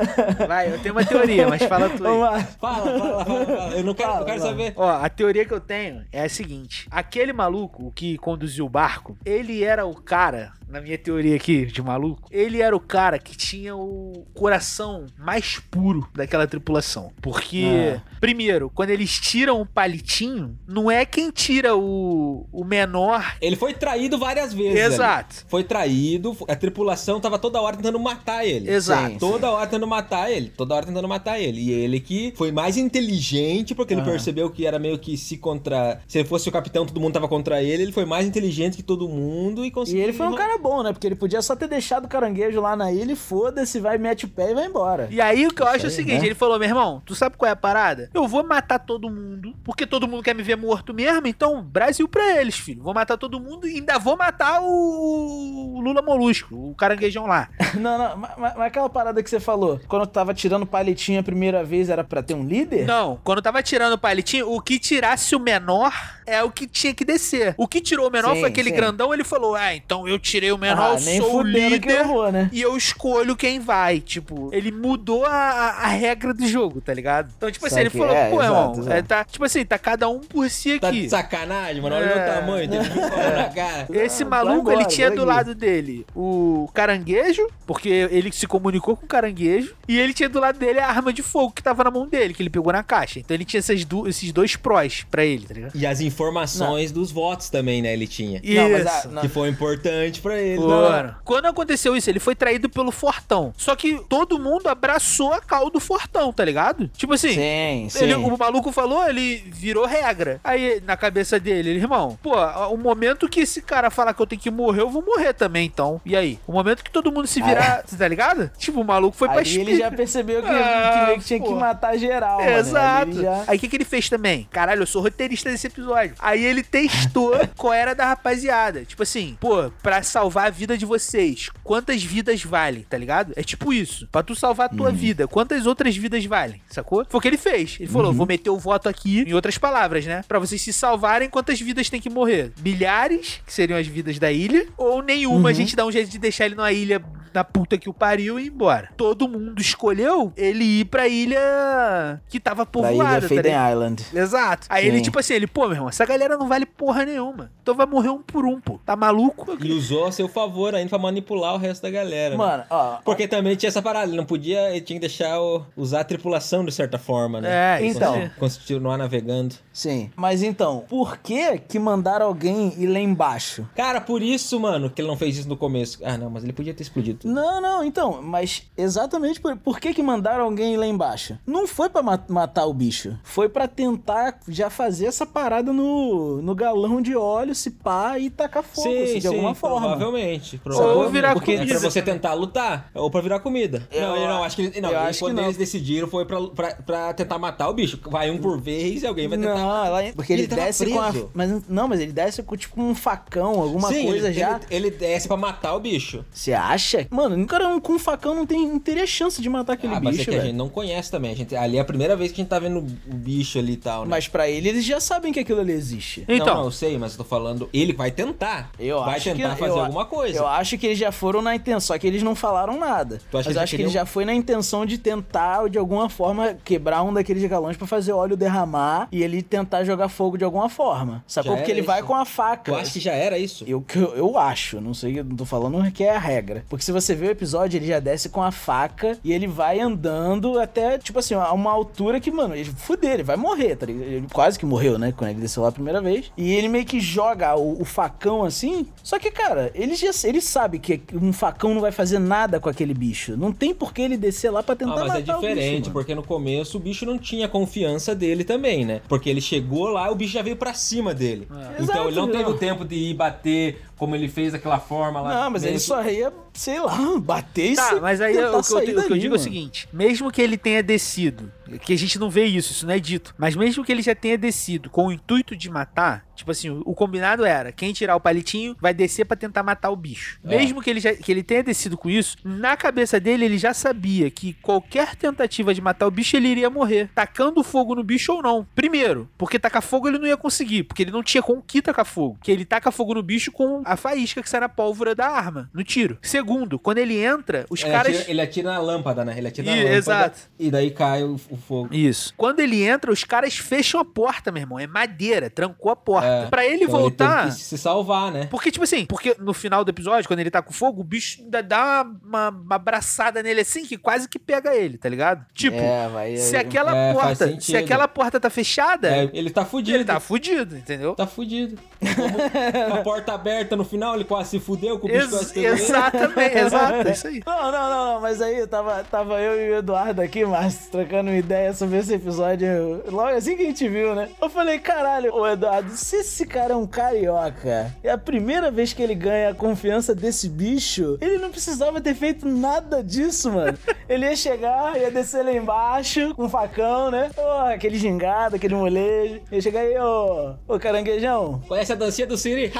vai, eu tenho uma teoria, mas fala tu aí.
Uma...
Fala, fala, fala, fala. Eu não quero,
Fala,
eu quero
fala.
saber.
Ó, a teoria que eu tenho é a seguinte: aquele maluco o que conduziu o barco, ele era o cara, na minha teoria aqui de maluco, ele era o cara que tinha o coração mais puro daquela tripulação. Porque, primeiro, quando eles tiram o palitinho, não é quem tira o, o menor.
Ele foi traído várias vezes. ali.
Exato.
Foi traído, a tripulação tava toda hora tentando matar ele.
Exato.
Sim.
Toda hora tentando matar ele, toda hora tentando matar ele. E ele que foi mais inteligente, porque ele
Aham.
percebeu que era meio que se contra. Se ele fosse o capitão, todo mundo tava contra ele. Ele foi mais inteligente que todo mundo e
E
conseguiu.
ele foi um cara bom, né? Porque ele podia só ter deixado o caranguejo lá na ilha e foda-se, vai, mete o pé e vai embora.
E aí o que eu acho é o
aí,
seguinte,
né?
ele falou, meu irmão, tu sabe qual é a parada? Eu vou matar todo mundo, porque todo mundo quer me ver morto mesmo, então Brasil pra eles, filho. Vou matar todo mundo e ainda vou matar o Lula Molusco, o caranguejão lá.
Não, não, mas, mas aquela parada que você falou, quando tu tava tirando palitinho a primeira vez, era pra ter um líder?
Não, quando tava tirando o palitinho, o que tirasse o menor é o que tinha que descer. O que tirou o menor
Sim,
foi aquele
sim. Ah,
grandão, ele falou, ah, então eu tirei o menor, eu
nem
sou o
fudendo que eu
líder.
vou, né?
E eu escolho quem vai. Tipo, ele mudou a, a- a regra do jogo, tá ligado? Então, tipo assim,
Sabe
ele
que-
falou,
é,
pô,
exato,
irmão,
exato.
é, tá, tipo assim, tá cada um por si
Tá de
aqui.
sacanagem, mano. Olha o meu
É.
tamanho, teve que falar na cara.
Esse
Ah,
maluco,
vai embora,
ele tinha
vai
do
aqui.
lado dele o caranguejo, porque ele se comunicou com o caranguejo, e ele tinha do lado dele a arma de fogo que tava na mão dele, que ele pegou na caixa. Então ele tinha essas du- esses dois prós pra ele, tá ligado?
E as informações dos votos também, né? Ele tinha.
Não, mas a- não.
Que foi importante pra ele. né?
Foram. Quando aconteceu isso, ele foi traído pelo Fortão. Só que todo mundo abraçou a cal do Fortão, tá ligado? Tipo assim,
Sim, sim.
Ele- o maluco falou, ele virou regra. Aí, na cabeça dele, ele, irmão, pô, o momento que esse cara falar que eu tenho que morrer, eu vou morrer também, então. E aí? O momento que todo mundo se virar, você tá ligado? Tipo, o maluco foi pra
Ah, é. Aí ele já
espírito.
percebeu que,
Ah,
que meio que tinha
pô.
que matar geral, mano.
Exato.
Aí ele já-
Aí o que, que ele fez também? Caralho, eu sou roteirista desse episódio. Aí ele testou qual era da rapaziada. Tipo assim, pô, pra salvar a vida de vocês. Quantas vidas valem, tá ligado? É tipo isso. Pra tu salvar a tua vida, quantas outras vidas valem, sacou? Foi o que ele fez. Ele falou: vou meter o voto aqui, em outras palavras, né? Pra vocês se salvarem, quantas vidas tem que morrer? Milhares, que seriam as vidas da ilha, ou nenhuma, a gente dá um jeito de deixar ele numa ilha na puta que o pariu e ir embora. Todo mundo escolheu ele ir pra ilha que tava
Pra ilha
povoada, tá
Faden
ligado?
é Island.
Exato. Aí
Sim.
ele, tipo assim, ele, pô, meu irmão, essa galera não vale porra nenhuma. Então vai morrer um por um, pô. Tá maluco?
E usou a seu favor ainda pra manipular o resto da
É.
galera. né?
Mano, ó.
Porque também tinha essa parada, ele não podia, ele tinha que deixar o- usar a tripulação de certa forma, né?
É, isso
Então.
aí.
Continuar navegando.
Sim. Mas então, por que que mandaram alguém ir lá embaixo?
Cara, por isso, mano, que ele não fez isso no começo. Ah, não, mas ele podia ter explodido tudo.
Não, não, então, mas exatamente por, por que que mandaram alguém ir lá embaixo? Não foi pra ma- matar o bicho, foi pra tentar já fazer essa parada no, no galão de óleo, se pá, e tacar fogo, assim, de alguma forma.
provavelmente. provavelmente.
Ou virar
Porque é
comida.
pra você tentar lutar, ou pra virar comida.
Eu
não, ele não,
a-
acho que ele, não,
eu
ele-
acho que
quando
não.
eles decidiram foi pra, pra, pra tentar matar o bicho. Vai um por vez e alguém vai tentar.
Não, ela, porque ele,
Ele tava
desce com a,
preso.
mas não, mas ele desce com tipo um facão, alguma
Sim,
coisa
ele,
já.
Ele, ele desce pra matar o bicho.
Você acha? Mano, um cara com um facão não, tem, não teria chance de matar aquele
ah, mas é
bicho,
que a gente
velho.
não conhece também. A gente, ali é a primeira vez que a gente tá vendo o bicho ali e tal, né?
Mas pra ele, eles já sabem que aquilo ali existe.
Então,
Não, não, eu sei, mas eu tô falando. Ele vai tentar.
Eu
vai
acho
tentar
que,
fazer
eu-
alguma coisa.
Eu acho que eles já foram na intenção, só que eles não falaram nada.
Tu acha
Mas
que
eu
eles
acho que ele
queriam-
já foi na intenção de tentar, de alguma forma, quebrar um daqueles galões pra fazer óleo derramar e ele tentar jogar fogo de alguma forma. Sacou?
Já
Porque
era
ele vai
isso.
com a faca.
Tu acha que já era isso?
Eu, que eu, eu acho, não sei, eu não tô falando que é a regra. Porque se você vê o episódio, ele já desce com a faca e ele vai andando até, tipo assim, a uma altura que, mano, ele fudeu, ele vai morrer, tá ligado? Ele quase que morreu, né? Quando ele desceu lá a primeira vez. E ele meio que joga o, o facão assim. Só que, cara, ele já ele sabe que um facão não vai fazer nada com aquele bicho. Não tem por que ele descer lá pra tentar
Ah, mas
matar
é
o
diferente,
bicho, mano.
porque no começo o bicho não tinha confiança dele também, né? Porque ele chegou lá, o bicho já veio pra cima dele. Então
Exato,
ele não teve
não.
o tempo de ir bater como ele fez daquela forma lá.
Não, mas ele
meio-
só ia, sei lá, bater e se
Tá, mas aí
tentar
o que, eu,
sair
o que eu
dali,
digo é o
mano.
seguinte: mesmo que ele tenha descido, que a gente não vê isso, isso não é dito, mas mesmo que ele já tenha descido com o intuito de matar, tipo assim, o, o combinado era: quem tirar o palitinho vai descer pra tentar matar o bicho.
É.
Mesmo que ele, já, que ele tenha descido com isso, na cabeça dele ele já sabia que qualquer tentativa de matar o bicho ele iria morrer, tacando fogo no bicho ou não. Primeiro, porque tacar fogo ele não ia conseguir, porque ele não tinha com o que tacar fogo, que ele taca fogo no bicho com a faísca que sai na pólvora da arma, no tiro. Segundo, quando ele entra, os
Ele,
caras.
atira, ele atira na lâmpada, né? Ele atira na
Ih,
lâmpada.
exato.
E daí cai o, o fogo.
Isso. Quando ele entra, os caras fecham a porta, meu irmão. É madeira, trancou a porta.
É.
Pra ele
Então
voltar.
Ele teve que se salvar, né?
Porque, tipo assim, porque no final do episódio, quando ele tá com fogo, o bicho ainda dá uma, uma abraçada nele assim que quase que pega ele, tá ligado? Tipo,
É, vai.
se aquela
É, faz
porta. Se
sentido.
aquela porta tá fechada,
É, ele tá fudido.
ele tá fudido, entendeu?
Tá fudido. Tá Com a porta aberta no final, ele quase se fudeu com o bicho quase
Ex-
pegou ele.
exatamente, exato, é isso aí.
Não, não, não, não, mas aí tava, tava eu e o Eduardo aqui, Márcio, trocando uma ideia sobre esse episódio logo assim que a gente viu, né? Eu falei, caralho, ô Eduardo, se esse cara é um carioca, é a primeira vez que ele ganha a confiança desse bicho, ele não precisava ter feito nada disso, mano. Ele ia chegar, ia descer lá embaixo com um facão, né? Porra, aquele gingado, aquele molejo. Ia chegar aí, ô, ô caranguejão,
Conhece a dancinha do Siri?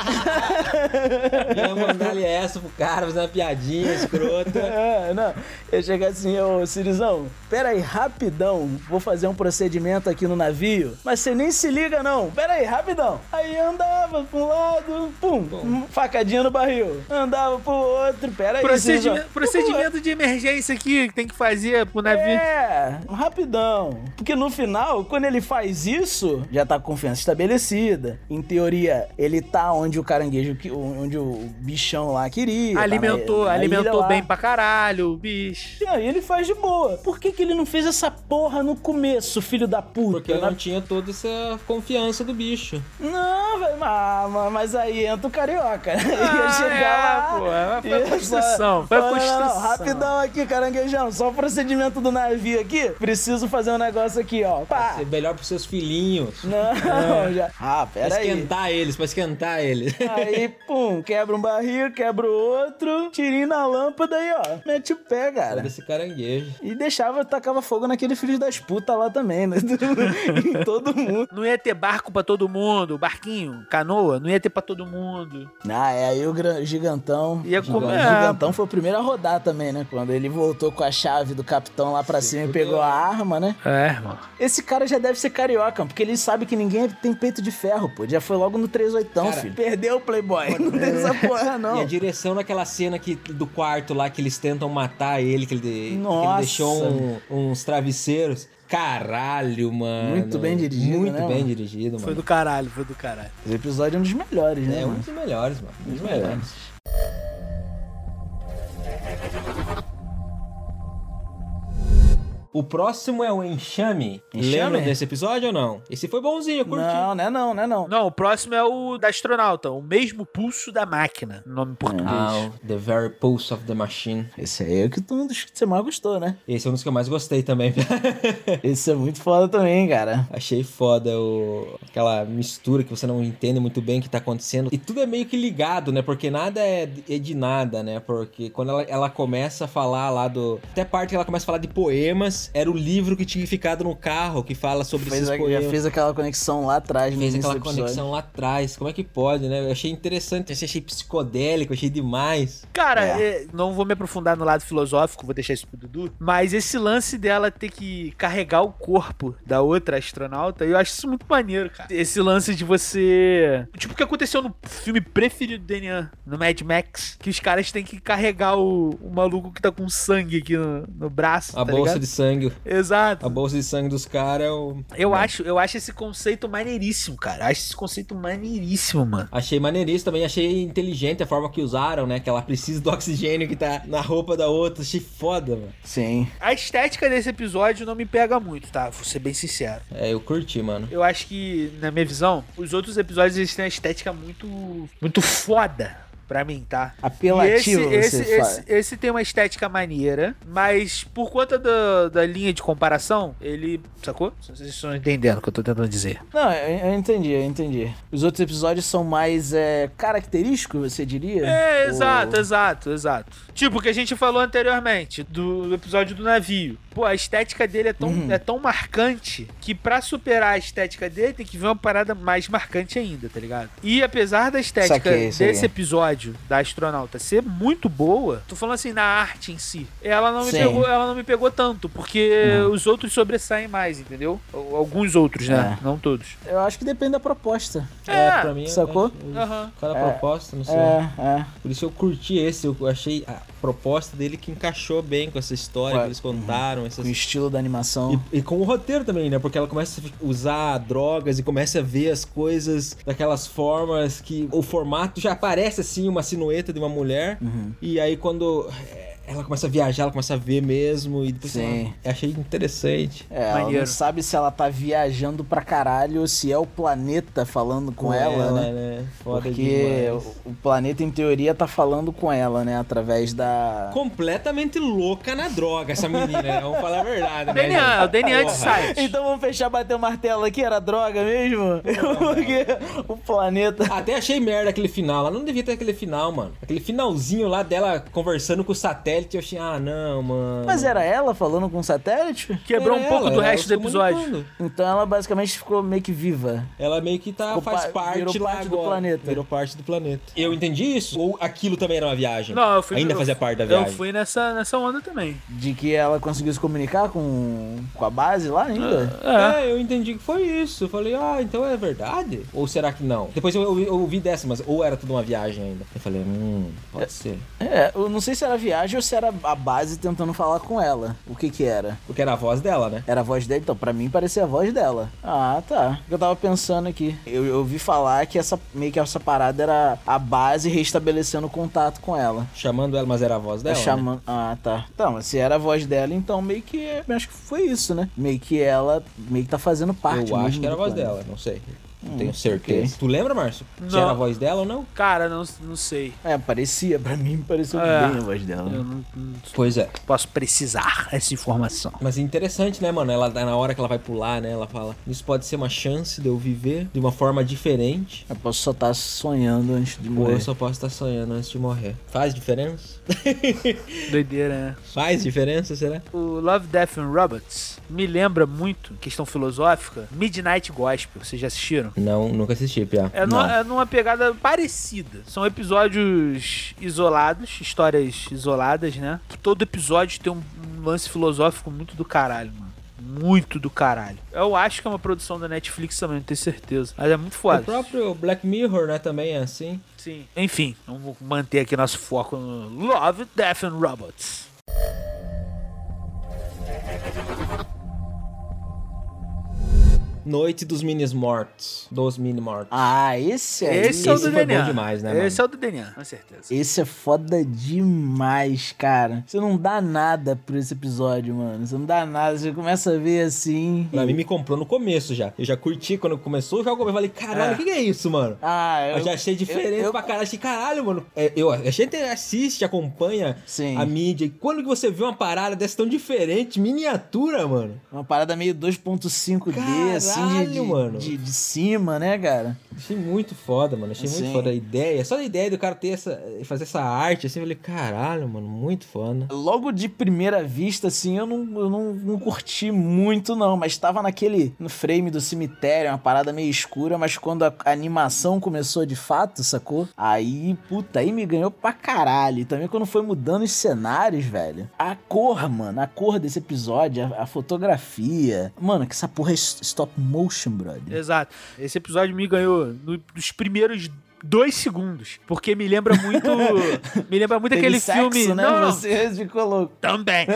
Ia mandar ali essa pro cara, fazer uma piadinha escrota.
É, não. Eu chegar assim, ô Cirizão, pera aí, rapidão, vou fazer um procedimento aqui no navio, mas você nem se liga não, pera aí, rapidão. Aí andava pra um lado, pum, um facadinha no barril, andava pro outro, pera aí,
Procedimento,
Cirizão.
procedimento de emergência aqui que tem que fazer pro navio.
É, rapidão. Porque no final, quando ele faz isso, já tá com confiança estabelecida. Em teoria, ele tá onde o caranguejo, que- onde o bichão lá queria. tá na-
alimentou,
na ilha
alimentou
lá.
bem pra caralho o bicho.
Não, e ele faz de boa. Por que, que ele não fez essa porra no começo, filho da puta?
Porque ele
Na-
não tinha toda essa confiança do bicho.
Não, velho, mas, mas- mas aí entra o carioca. né?
Ah,
ia chegar
é,
lá.
pô, é, foi a
ia só-
construção, foi a
Não, não, não,
construção.
rapidão aqui, caranguejão. Só o procedimento do navio aqui. Preciso fazer um negócio aqui, ó. Pá.
É melhor pros seus filhinhos.
Ah.
É.
Não, já. Ah,
Pra
pera aí.
esquentar eles, pra esquentar eles.
Aí, Pum, quebra um barril, quebra o outro, tirinho na lâmpada e ó, mete o pé, cara.
Desse caranguejo.
E deixava, tacava fogo naquele filho das putas lá também, né? em todo mundo.
Não ia ter barco pra todo mundo, barquinho, canoa, não ia ter pra todo mundo.
Ah, é, aí o gran- gigantão.
Ia
Gigan-
comer.
Gigantão foi o primeiro a rodar também, né? Quando ele voltou com a chave do capitão lá pra cima e pegou a arma, né?
É, irmão.
Esse cara já deve ser carioca, porque ele sabe que ninguém tem peito de ferro, pô. Já foi logo no 38,
Cara,
filho. é. Perdeu o Playboy. Não tem essa porra,
E a
não.
direção daquela cena que, do quarto lá que eles tentam matar ele, que ele, que ele
Nossa.
deixou um- uns travesseiros. Caralho, mano.
Muito bem dirigido,
Muito
né,
bem
mano?
dirigido,
Foi
mano.
do caralho, foi do caralho.
Esse episódio é um dos melhores, né,
É um
mano?
dos melhores, mano. Um dos
Uhum.
melhores. O próximo é o Enxame.
Enxame?
Lembra desse episódio ou não? Esse foi bonzinho, eu curti.
Não, né, não, né, não.
Não, o próximo é o da astronauta, o mesmo pulso da máquina, o nome em português.
Ah, o The Very Pulse of the Machine.
Esse aí é o que tu- um dos que você mais gostou, né?
Esse é um dos que eu mais gostei também.
Esse é muito foda também, cara.
Achei foda o... aquela mistura que você não entende muito bem o que tá acontecendo. E tudo é meio que ligado, né? Porque nada é é de nada, né? Porque quando ela, ela começa a falar lá do. Até a parte que ela começa a falar de poemas, era o livro que tinha ficado no carro que fala sobre
Fez
esses
a- já
poemas.
fez aquela conexão lá atrás, no
Fez
início
aquela
do episódio.
conexão lá atrás. Como é que pode, né? Eu achei interessante, achei, achei psicodélico, achei demais.
Cara, eh, não vou me aprofundar no lado filosófico, vou deixar isso pro Dudu, mas esse lance dela ter que carregar o corpo da outra astronauta, eu acho isso muito maneiro, cara. Esse lance de você. Tipo o que aconteceu no filme preferido do Daniel, no Mad Max, que os caras têm que carregar o, o maluco que tá com sangue aqui no, no braço. tá
A bolsa
ligado?
de sangue.
Exato.
A bolsa de sangue dos é caras, eu
Eu acho, eu acho esse conceito maneiríssimo, cara. Eu Acho esse conceito maneiríssimo, mano.
Achei maneiríssimo também, achei inteligente a forma que usaram, né? Que ela precisa do oxigênio que tá na roupa da outra. Achei foda, mano.
Sim.
A estética desse episódio não me pega muito, tá? Vou ser bem sincero.
É, eu curti, mano.
Eu acho que, na minha visão, os outros episódios eles têm uma estética muito, muito foda pra mim, tá? E esse,
Apelativo,
esse,
você
esse,
fala.
esse tem uma estética maneira, mas por conta da, da linha de comparação, ele. Sacou? Não sei se Vocês estão entendendo o que eu tô tentando dizer.
Não, eu, eu entendi, eu entendi. Os outros episódios são mais é, característicos, você diria?
É,
Ou-
exato, exato, exato. Tipo o que a gente falou anteriormente, do episódio do navio. Pô, a estética dele é tão,
Uhum.
é tão marcante que pra superar a estética dele tem que vir uma parada mais marcante ainda, tá ligado? E apesar da estética
Saquei, saquei.
desse episódio da astronauta ser muito boa, tô falando assim, na arte em si, ela não me,
Sim. Uhum.
pegou, ela não me pegou tanto, porque os outros sobressaem mais, entendeu? Al- Alguns outros,
É.
né? Não todos.
Eu acho que depende da proposta.
É,
pra mim.
sacou?
Eu, acho-
Aham.
Cada
É.
proposta, não sei.
É, é.
Por isso eu curti esse. Eu achei a proposta dele que encaixou bem com essa história
Ué,
que eles contaram. essas-
Com o estilo da animação.
E, e com o roteiro também, né? Porque ela começa a fi- usar drogas e começa a ver as coisas daquelas formas que o formato já aparece assim uma silhueta de uma mulher.
Uhum.
E aí quando é, ela começa a viajar, ela começa a ver mesmo e depois
Sim.
ela- achei interessante.
É, ela
Maneiro.
não sabe se ela tá viajando pra caralho ou se é o planeta falando com, ela, né?
é Foda
Porque
demais.
o- o planeta, em teoria, tá falando com ela, né? Através da.
Completamente louca na droga essa menina, né? Vamos falar a verdade, né?
DNA, o
gente?
DNA é de
Porra.
site.
Então vamos fechar, bater o martelo aqui? Era droga mesmo? Porque o planeta.
Até achei merda aquele final lá. Não devia ter aquele final, mano. Aquele finalzinho lá dela conversando com o satélite, eu achei, ah, não, mano.
Mas é, era ela falando com o satélite?
Quebrou
Era
um pouco
ela,
do
é,
ela
resto do
se
episódio.
comunicando.
Então ela basicamente ficou meio que viva.
Ela meio que tá,
Ficou
faz
pa-
parte
virou
lá
parte do
agora.
planeta.
Virou parte do planeta. Eu entendi isso? Ou aquilo também era uma viagem?
Não, eu fui.
Ainda
eu-
fazia parte da viagem.
Eu fui nessa, nessa onda também.
De que ela conseguiu se comunicar com, com a base lá ainda?
É.
É, eu entendi que foi isso. Eu falei, ah, então é verdade? Ou será que não? Depois eu, eu, eu ouvi dessa, mas ou era tudo uma viagem ainda. Eu falei, hum, pode ser.
É, eu não sei se era viagem ou se era a base tentando falar com ela. O que que era?
Porque era a voz dela, né?
Era a voz dela? Então, pra mim parecia a voz dela. Ah, tá. Eu tava pensando aqui. Eu eu ouvi falar que essa meio que essa parada era a base restabelecendo o contato com ela.
Chamando ela, mas era a voz
Tá
dela. né?
chamando. Ah, tá. Então, mas se era a voz dela, então meio que. eu Acho que foi isso, né? Meio que ela meio que tá fazendo parte.
Eu acho
mesmo
que era a
do
voz
plano.
dela, não sei. Não tenho certeza. Tu lembra, Márcio? Se
Não.
era a voz dela ou não?
Cara, não, não sei.
É, parecia, pra mim pareceu
É.
bem a voz dela.
Eu não, não
Pois é.
posso precisar essa informação.
Mas é interessante, né, mano? Ela, na hora que ela vai pular, né? Ela fala: Isso pode ser uma chance de eu viver de uma forma diferente.
Eu posso só estar sonhando antes de
Ou eu
morrer.
só posso estar sonhando antes de morrer. Faz diferença?
Doideira, né?
Faz diferença, será?
O Love, Death and Robots me lembra muito, questão filosófica, Midnight Gospel. Vocês já assistiram?
Não, nunca assisti, Pia.
É numa, é numa pegada parecida. São episódios isolados, histórias isoladas, né? Todo episódio tem um, um lance filosófico muito do caralho, mano. Muito do caralho. Eu acho que é uma produção da Netflix também, não tenho certeza. Mas é muito foda.
O próprio Black Mirror, né, também é assim.
Sim. Enfim, vamos manter aqui nosso foco no Love, Death and Robots.
Noite dos Minis Mortos. Dos Mini Mortos.
Ah, esse aí.
Esse é o
esse
do
foi bom
DNA.
demais, né,
Esse é o do DNA, com certeza.
Esse é foda demais, cara. Você não dá nada por esse episódio, mano. Você não dá nada. Você começa a ver assim.
Pra mim, me comprou no começo já. Eu já curti quando começou, já comecei. Eu falei, caralho, o
É.
que, que é isso, mano?
Ah, eu,
Eu já achei diferente
eu- eu-
pra caralho. Achei, caralho, mano. É, eu, a gente assiste, acompanha
Sim.
a mídia. E quando que você vê uma parada dessa tão diferente, miniatura, mano?
Uma parada meio 2.5D, assim, de, de,
Caralho, mano.
De, de cima, né, cara?
Achei muito foda, mano. Achei
Sim.
muito foda a ideia. Só a ideia do cara ter essa, fazer essa arte, assim, eu falei, caralho, mano, muito foda.
Logo de primeira vista, assim, eu não, eu não, não curti muito, não. Mas tava naquele no frame do cemitério, uma parada meio escura. Mas quando a animação começou de fato, sacou? Aí, puta, aí me ganhou pra caralho. E também quando foi mudando os cenários, velho. A cor, mano, a cor desse episódio, a, a fotografia. Mano, que essa porra é s- stop motion, brother.
Exato. Esse episódio me ganhou no- nos primeiros dois segundos, porque me lembra muito, me lembra muito
Teve
aquele
sexo,
filme,
né?
não, não,
Você ficou louco.
também,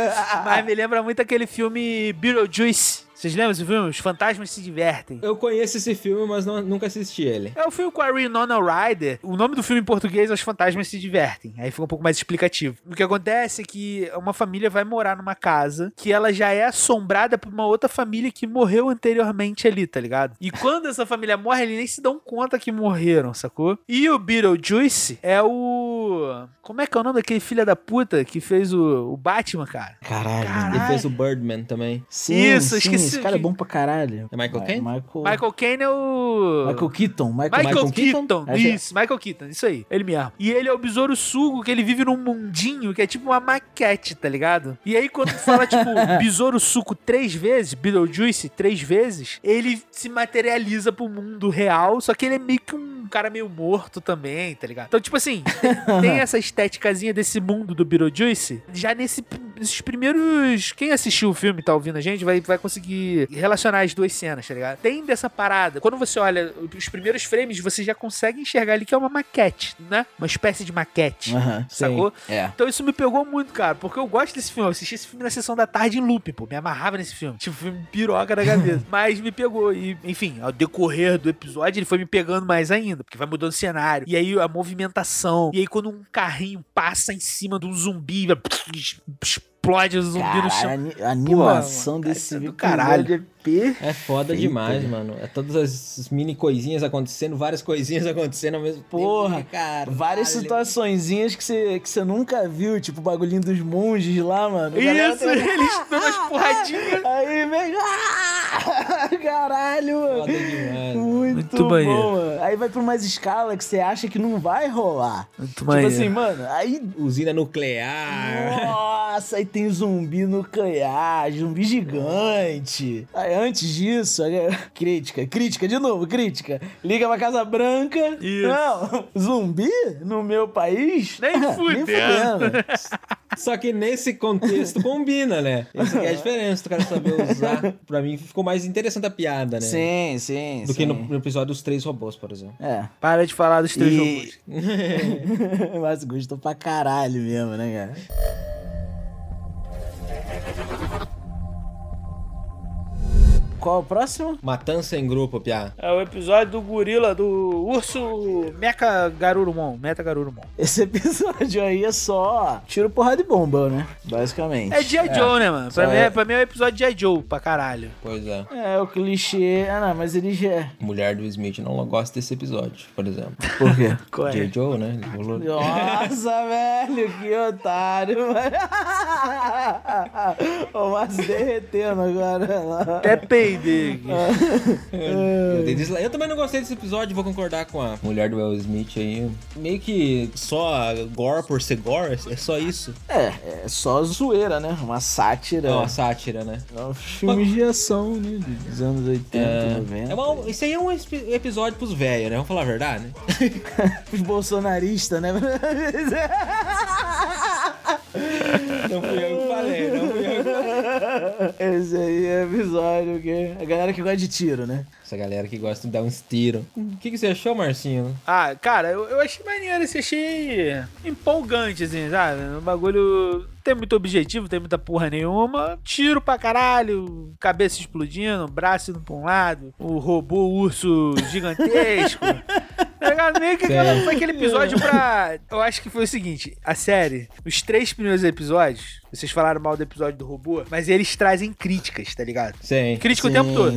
mas me lembra muito aquele filme Beetlejuice. Vocês lembram desse filme? Os fantasmas se divertem.
Eu conheço esse filme, mas não- nunca assisti ele.
É o filme com a Winona Ryder. O nome do filme em português é Os Fantasmas Se Divertem. Aí fica um pouco mais explicativo. O que acontece é que uma família vai morar numa casa que ela já é assombrada por uma outra família que morreu anteriormente ali, tá ligado? E quando essa família morre, eles nem se dão conta que morreram, sacou? E o Beetlejuice é o... Como é que é o nome daquele filho da puta que fez o, o Batman, cara?
Caralho.
Ele fez
Caralho.
o Birdman também.
Sim,
Isso,
sim,
esqueci
Esse
o
cara é
que-
bom pra caralho.
É Michael
Ma-
Caine?
Michael...
Michael Caine é o...
Michael Keaton. Michael,
Michael,
Michael
Keaton?
Keaton?
Essa-
Isso, Michael Keaton, isso aí, ele mesmo. E ele é o besouro sugo que ele vive num mundinho que é tipo uma maquete, tá ligado? E aí quando tu fala, tipo, besouro suco três vezes, Beetlejuice três vezes, ele se materializa pro mundo real, só que ele é meio que um cara meio morto também, tá ligado? Então, tipo assim, tem- tem essa esteticazinha desse mundo do Beetlejuice, já nesse, nesses primeiros... Quem assistiu o filme e tá ouvindo a gente vai, vai conseguir relacionar as duas cenas, tá ligado? Tem dessa parada. Quando você olha os primeiros frames, você já consegue enxergar ali que é uma maquete, né? Uma espécie de maquete.
Aham.
Sacou?
É.
Então isso me pegou muito, cara, porque eu gosto desse filme. Eu assisti esse filme na sessão da tarde em loop, pô. Me amarrava nesse filme. Tipo, filme piroca da cabeça. Mas me pegou. E, enfim, ao decorrer do episódio, ele foi me pegando mais ainda, porque vai mudando o cenário. E aí a movimentação. E aí quando um carrinho passa em cima de um zumbi, vai- explode o zumbi no
Caralho,
chão.
a ani- a animação
um mano, cara, isso
desse
é do
vídeo
caralho.
é perfeito.
É foda
Perfeito,
demais,
né?
mano. É todas as mini coisinhas acontecendo, várias coisinhas acontecendo ao mesmo
Porra,
tempo. cara.
Várias situaçõezinhas que você que você nunca viu, tipo o bagulhinho dos monges lá, mano. A galera
Isso, eles dão umas porradinhas.
tem- Aí, velho. Ah! Caralho, mano.
Foda demais. mano.
Muito,
Muito maneiro.
bom, mano. Aí vai pra umas escalas que você acha que não vai rolar. Tipo assim, mano, aí
Usina nuclear.
Nossa, aí tem zumbi nuclear, zumbi gigante. Aí, antes disso, aí, crítica, crítica de novo, crítica. Liga pra Casa Branca.
Isso.
Não, zumbi no meu país?
Nem fudendo.
fudendo.
Só que nesse contexto combina, né? Essa que é a diferença, tu cara saber usar. Pra mim ficou mais interessante a piada, né?
Sim, sim,
Do
sim.
que no, no episódio dos três robôs, por exemplo.
É.
Para de falar dos três robôs.
E... Mas gostou pra caralho mesmo, né, cara? Qual é o próximo?
Matança em grupo, Piá.
É o episódio do gorila, do urso Mecha Garurumon. Meta Garurumon.
Esse episódio aí é só tiro, porrada e bomba, né? Basicamente.
É G.I. Joe, né, mano? Pra,
Só
mim,
é-
é- pra mim é o episódio de G.I. Joe, pra caralho.
Pois é.
É, o clichê. Ah, não, mas ele já é.
Mulher do Smith não gosta desse episódio, por exemplo.
Por quê?
Qual é?
J. Joe, né? Ele falou-
Nossa, velho, que otário, mano. O Márcio derretendo agora.
Até peidei. É.
Eu dei dislike. Eu também não gostei desse episódio, vou concordar com a mulher do Will Smith aí. Meio que só gore por ser gore, é só isso.
É, é só zoeira, né? Uma sátira.
É uma sátira, né?
É um filme de ação, né? Dos anos 80,
É
90.
uma- isso aí é um esp- episódio pros velhos, né? Vamos falar a verdade, né?
Os bolsonaristas, né?
Não fui eu que falei, não fui eu que falei.
Esse aí é episódio que... A galera que gosta de tiro, né?
Essa galera que gosta de dar uns tiros. O que, que você achou, Marcinho?
Ah, cara, eu, eu achei maneiro, assim, achei empolgante, assim, sabe? Um bagulho. não Tem muito objetivo, não tem muita porra nenhuma. Tiro pra caralho, cabeça explodindo, braço indo pra um lado, o robô urso gigantesco. Tá ligado? Meio que aquela- foi aquele episódio pra. Eu acho que foi o seguinte: a série, os três primeiros episódios, vocês falaram mal do episódio do robô, mas eles trazem críticas, tá ligado?
Sim.
Crítica o tempo todo.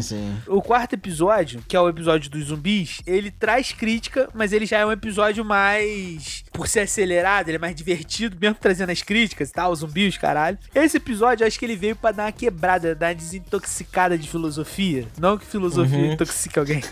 O quarto episódio, que é o episódio dos zumbis, ele traz crítica, mas ele já é um episódio mais. Por ser acelerado, ele é mais divertido, mesmo trazendo as críticas e tal, os zumbis, caralho. Esse episódio, eu acho que ele veio pra dar uma quebrada, dar uma desintoxicada de filosofia. Não que filosofia
Uhum.
intoxique alguém.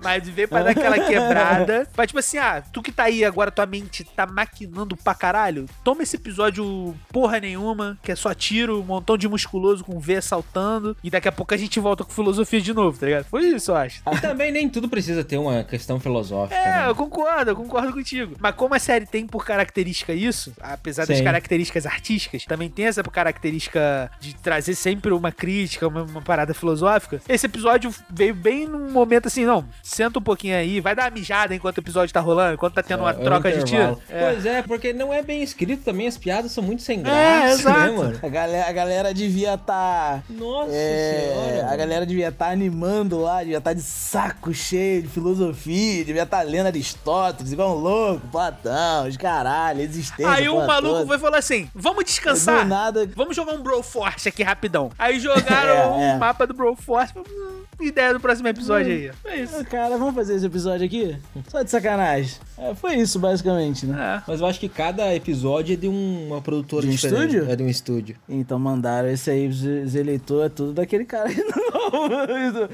Mas veio pra dar aquela quebrada. Mas, tipo assim, ah, tu que tá aí agora, tua mente tá maquinando pra caralho, toma esse episódio porra nenhuma, que é só tiro, um montão de musculoso com V saltando, e daqui a pouco a gente volta com filosofia de novo, tá ligado? Foi isso, eu acho.
E também nem tudo precisa ter uma questão filosófica.
É,
né?
eu concordo, eu concordo contigo. Mas como a série tem por característica isso, apesar das
Sim.
características artísticas, também tem essa característica de trazer sempre uma crítica, uma, uma parada filosófica. Esse episódio veio bem num momento assim, não, senta um pouquinho aí, vai dar uma mijada enquanto o episódio tá rolando, enquanto tá tendo uma
É, é um
troca de
intervalo.
tiro. É.
Pois é, porque não é bem escrito também, as piadas são muito sem graça, né,
exato.
mano?
A galera, a galera devia estar...
Nossa
É,
senhora.
a galera devia estar animando lá, devia estar de saco cheio de filosofia, devia estar lendo Aristóteles, igual um louco, Platão, os caralho, existência.
Aí
um
porra
o maluco
toda.
vai falar assim: vamos descansar.
Do nada-
Vamos jogar um Bro Force aqui rapidão. Aí jogaram
É, é.
um mapa do Bro Force. Hum, ideia do próximo episódio aí. ó. É isso.
Ah, Cara, vamos fazer esse episódio aqui? Só de sacanagem. É, foi isso, basicamente, né?
É.
Mas eu acho que cada episódio é de um- uma produtora
De um
diferente.
estúdio?
É de um estúdio.
Então mandaram esse aí, os- os eleitor é tudo daquele cara aí do novo.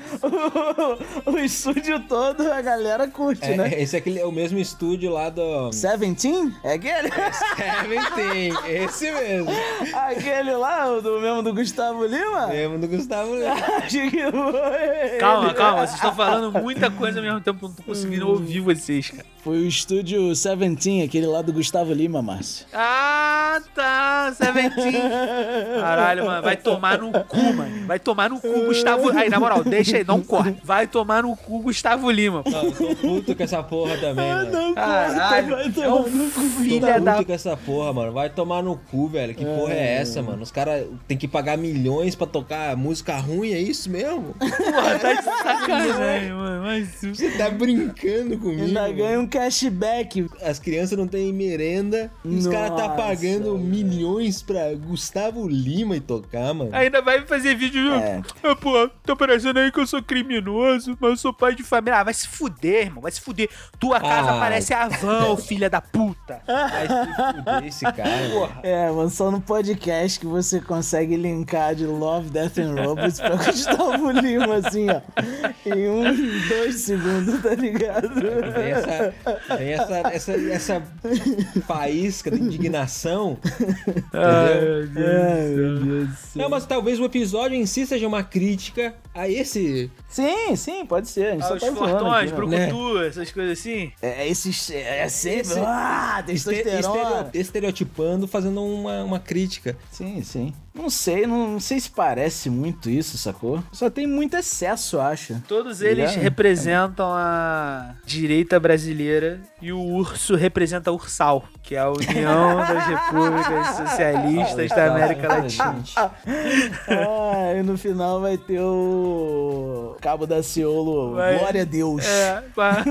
O, o estúdio todo, a galera curte,
É,
né?
é, Esse é, aquele, é o mesmo estúdio lá do.
Seventeen? É aquele?
Seventeen, esse mesmo.
aquele lá, o do mesmo do Gustavo Lima?
Mesmo do Gustavo Lima.
Acho que foi.
Calma, calma, vocês estão falando muita coisa ao mesmo tempo, eu não tô
Hum.
conseguindo ouvir vocês, cara.
Foi o estúdio Seventeen, aquele lá do Gustavo Lima, Márcio.
Ah, tá, Seventeen. Caralho, mano, vai tomar no cu, mano. Vai tomar no cu, Gustavo. Aí, na moral, deixa aí, não corre. Vai tomar no cu, Gustavo Lima. pô.
Não, eu tô puto com essa porra também, mano.
Caralho, é um
Tô
filho
puto
da
com essa porra, mano. Vai tomar no cu, velho. Que porra é essa, mano? Os caras têm que pagar milhões pra tocar música ruim, é isso mesmo?
porra, tá de
né?
sacanagem, mano. Mas
Você tá brincando comigo?
Ainda
mano.
ganha um cashback.
As crianças não têm merenda. E os caras tá
Nossa,
pagando
velho.
milhões pra Gustavo Lima e tocar, mano.
Ainda vai fazer vídeo, viu?
É.
Ah, pô, tá parecendo aí que eu sou criminoso, mas eu sou pai de família. Ah, vai se fuder, irmão, vai se fuder. Tua casa
Ah.
parece a van, ô filha da puta.
Vai se fuder esse cara. Porra.
É, mano, só no podcast que você consegue linkar de Love, Death and Robots pra Gustavo Lima, assim, ó. Em um, em dois segundos, tá ligado?
Tem essa, tem essa, essa, essa faísca de indignação. Entendeu?
Ai, meu Deus do céu.
Não, mas talvez o episódio em si seja uma crítica a esse.
Sim, sim, pode ser. A gente só
Ah, os
tá zoando aqui,
fortões,
né?
brucutu, essas coisas assim.
É, esses, é sempre...
Esse-
Ah, testosterona.
estere- Estereotipando, fazendo uma, uma crítica.
Sim, sim. Não sei, não, não sei se parece muito isso, sacou? Só tem muita acesso, eu acho.
Todos eles
Yeah.
representam a direita brasileira e o urso representa a Ursal, que é a União das Repúblicas Socialistas da América Latina.
Ah, e no final vai ter o Cabo da Ciolo.
Vai.
Glória a Deus.
É, pá.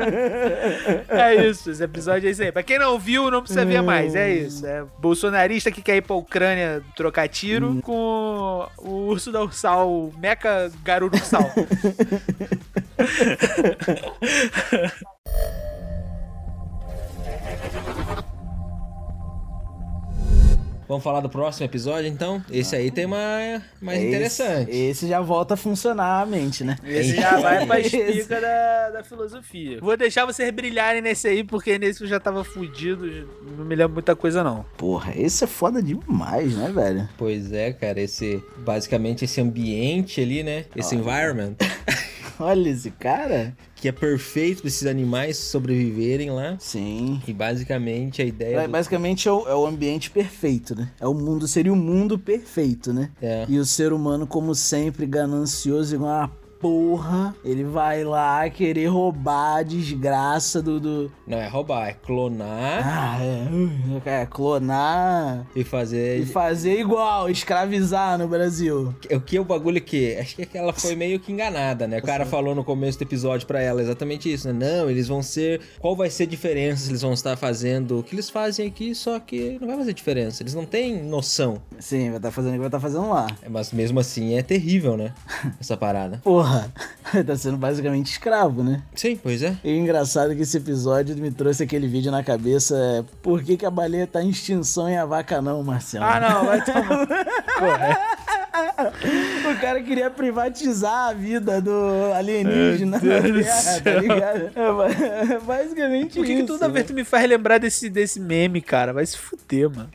é isso, esse episódio é isso aí. Pra quem não viu, não precisa ver mais. É isso. É bolsonarista que quer ir pra Ucrânia trocar tiro
Hum.
com o urso da Ursal, o Meca Garudo Ursal.
Vamos falar do próximo episódio, então? Esse aí tem mais, mais
Esse-
interessante.
Esse, já volta a funcionar a mente, né?
Esse já vai pra
Esse.
espiga da, da filosofia. Vou deixar vocês brilharem nesse aí, porque nesse eu já tava fudido, não me lembro muita coisa não.
Porra, esse é foda demais, né, velho?
Pois é, cara, esse basicamente esse ambiente ali, né? Esse
Ah.
environment
Olha esse cara.
que é perfeito para esses animais sobreviverem lá.
Sim.
E basicamente a ideia
É,
do-
basicamente é o, é o ambiente perfeito, né? É o mundo, seria o mundo perfeito, né?
é,
E o ser humano, como sempre, ganancioso, igual uma porra, ele vai lá querer roubar a desgraça do. do...
não é roubar, é clonar
Ah, é, é, clonar
e fazer
e fazer igual, escravizar no Brasil.
O que é o bagulho que. Acho que ela foi meio que enganada, né? O cara falou no começo do episódio pra ela exatamente isso, né? Não, eles vão ser. Qual vai ser a diferença se eles vão estar fazendo o que eles fazem aqui, só que não vai fazer diferença. Eles não têm noção.
Sim, vai estar fazendo igual tá fazendo lá.
É, Mas mesmo assim é terrível, né? Essa parada.
Porra, tá sendo basicamente escravo, né?
Sim, pois é.
E o engraçado é que esse episódio me trouxe aquele vídeo na cabeça, é, por que, que a baleia tá em extinção e a vaca não, Marcelo?
Ah não, vai tomar.
O cara queria privatizar a vida do alienígena na Terra, tá ligado? É ba- É basicamente
Por que,
isso.
é
né?
que toda vez tu me faz lembrar desse, desse meme, cara? Vai se fuder, mano.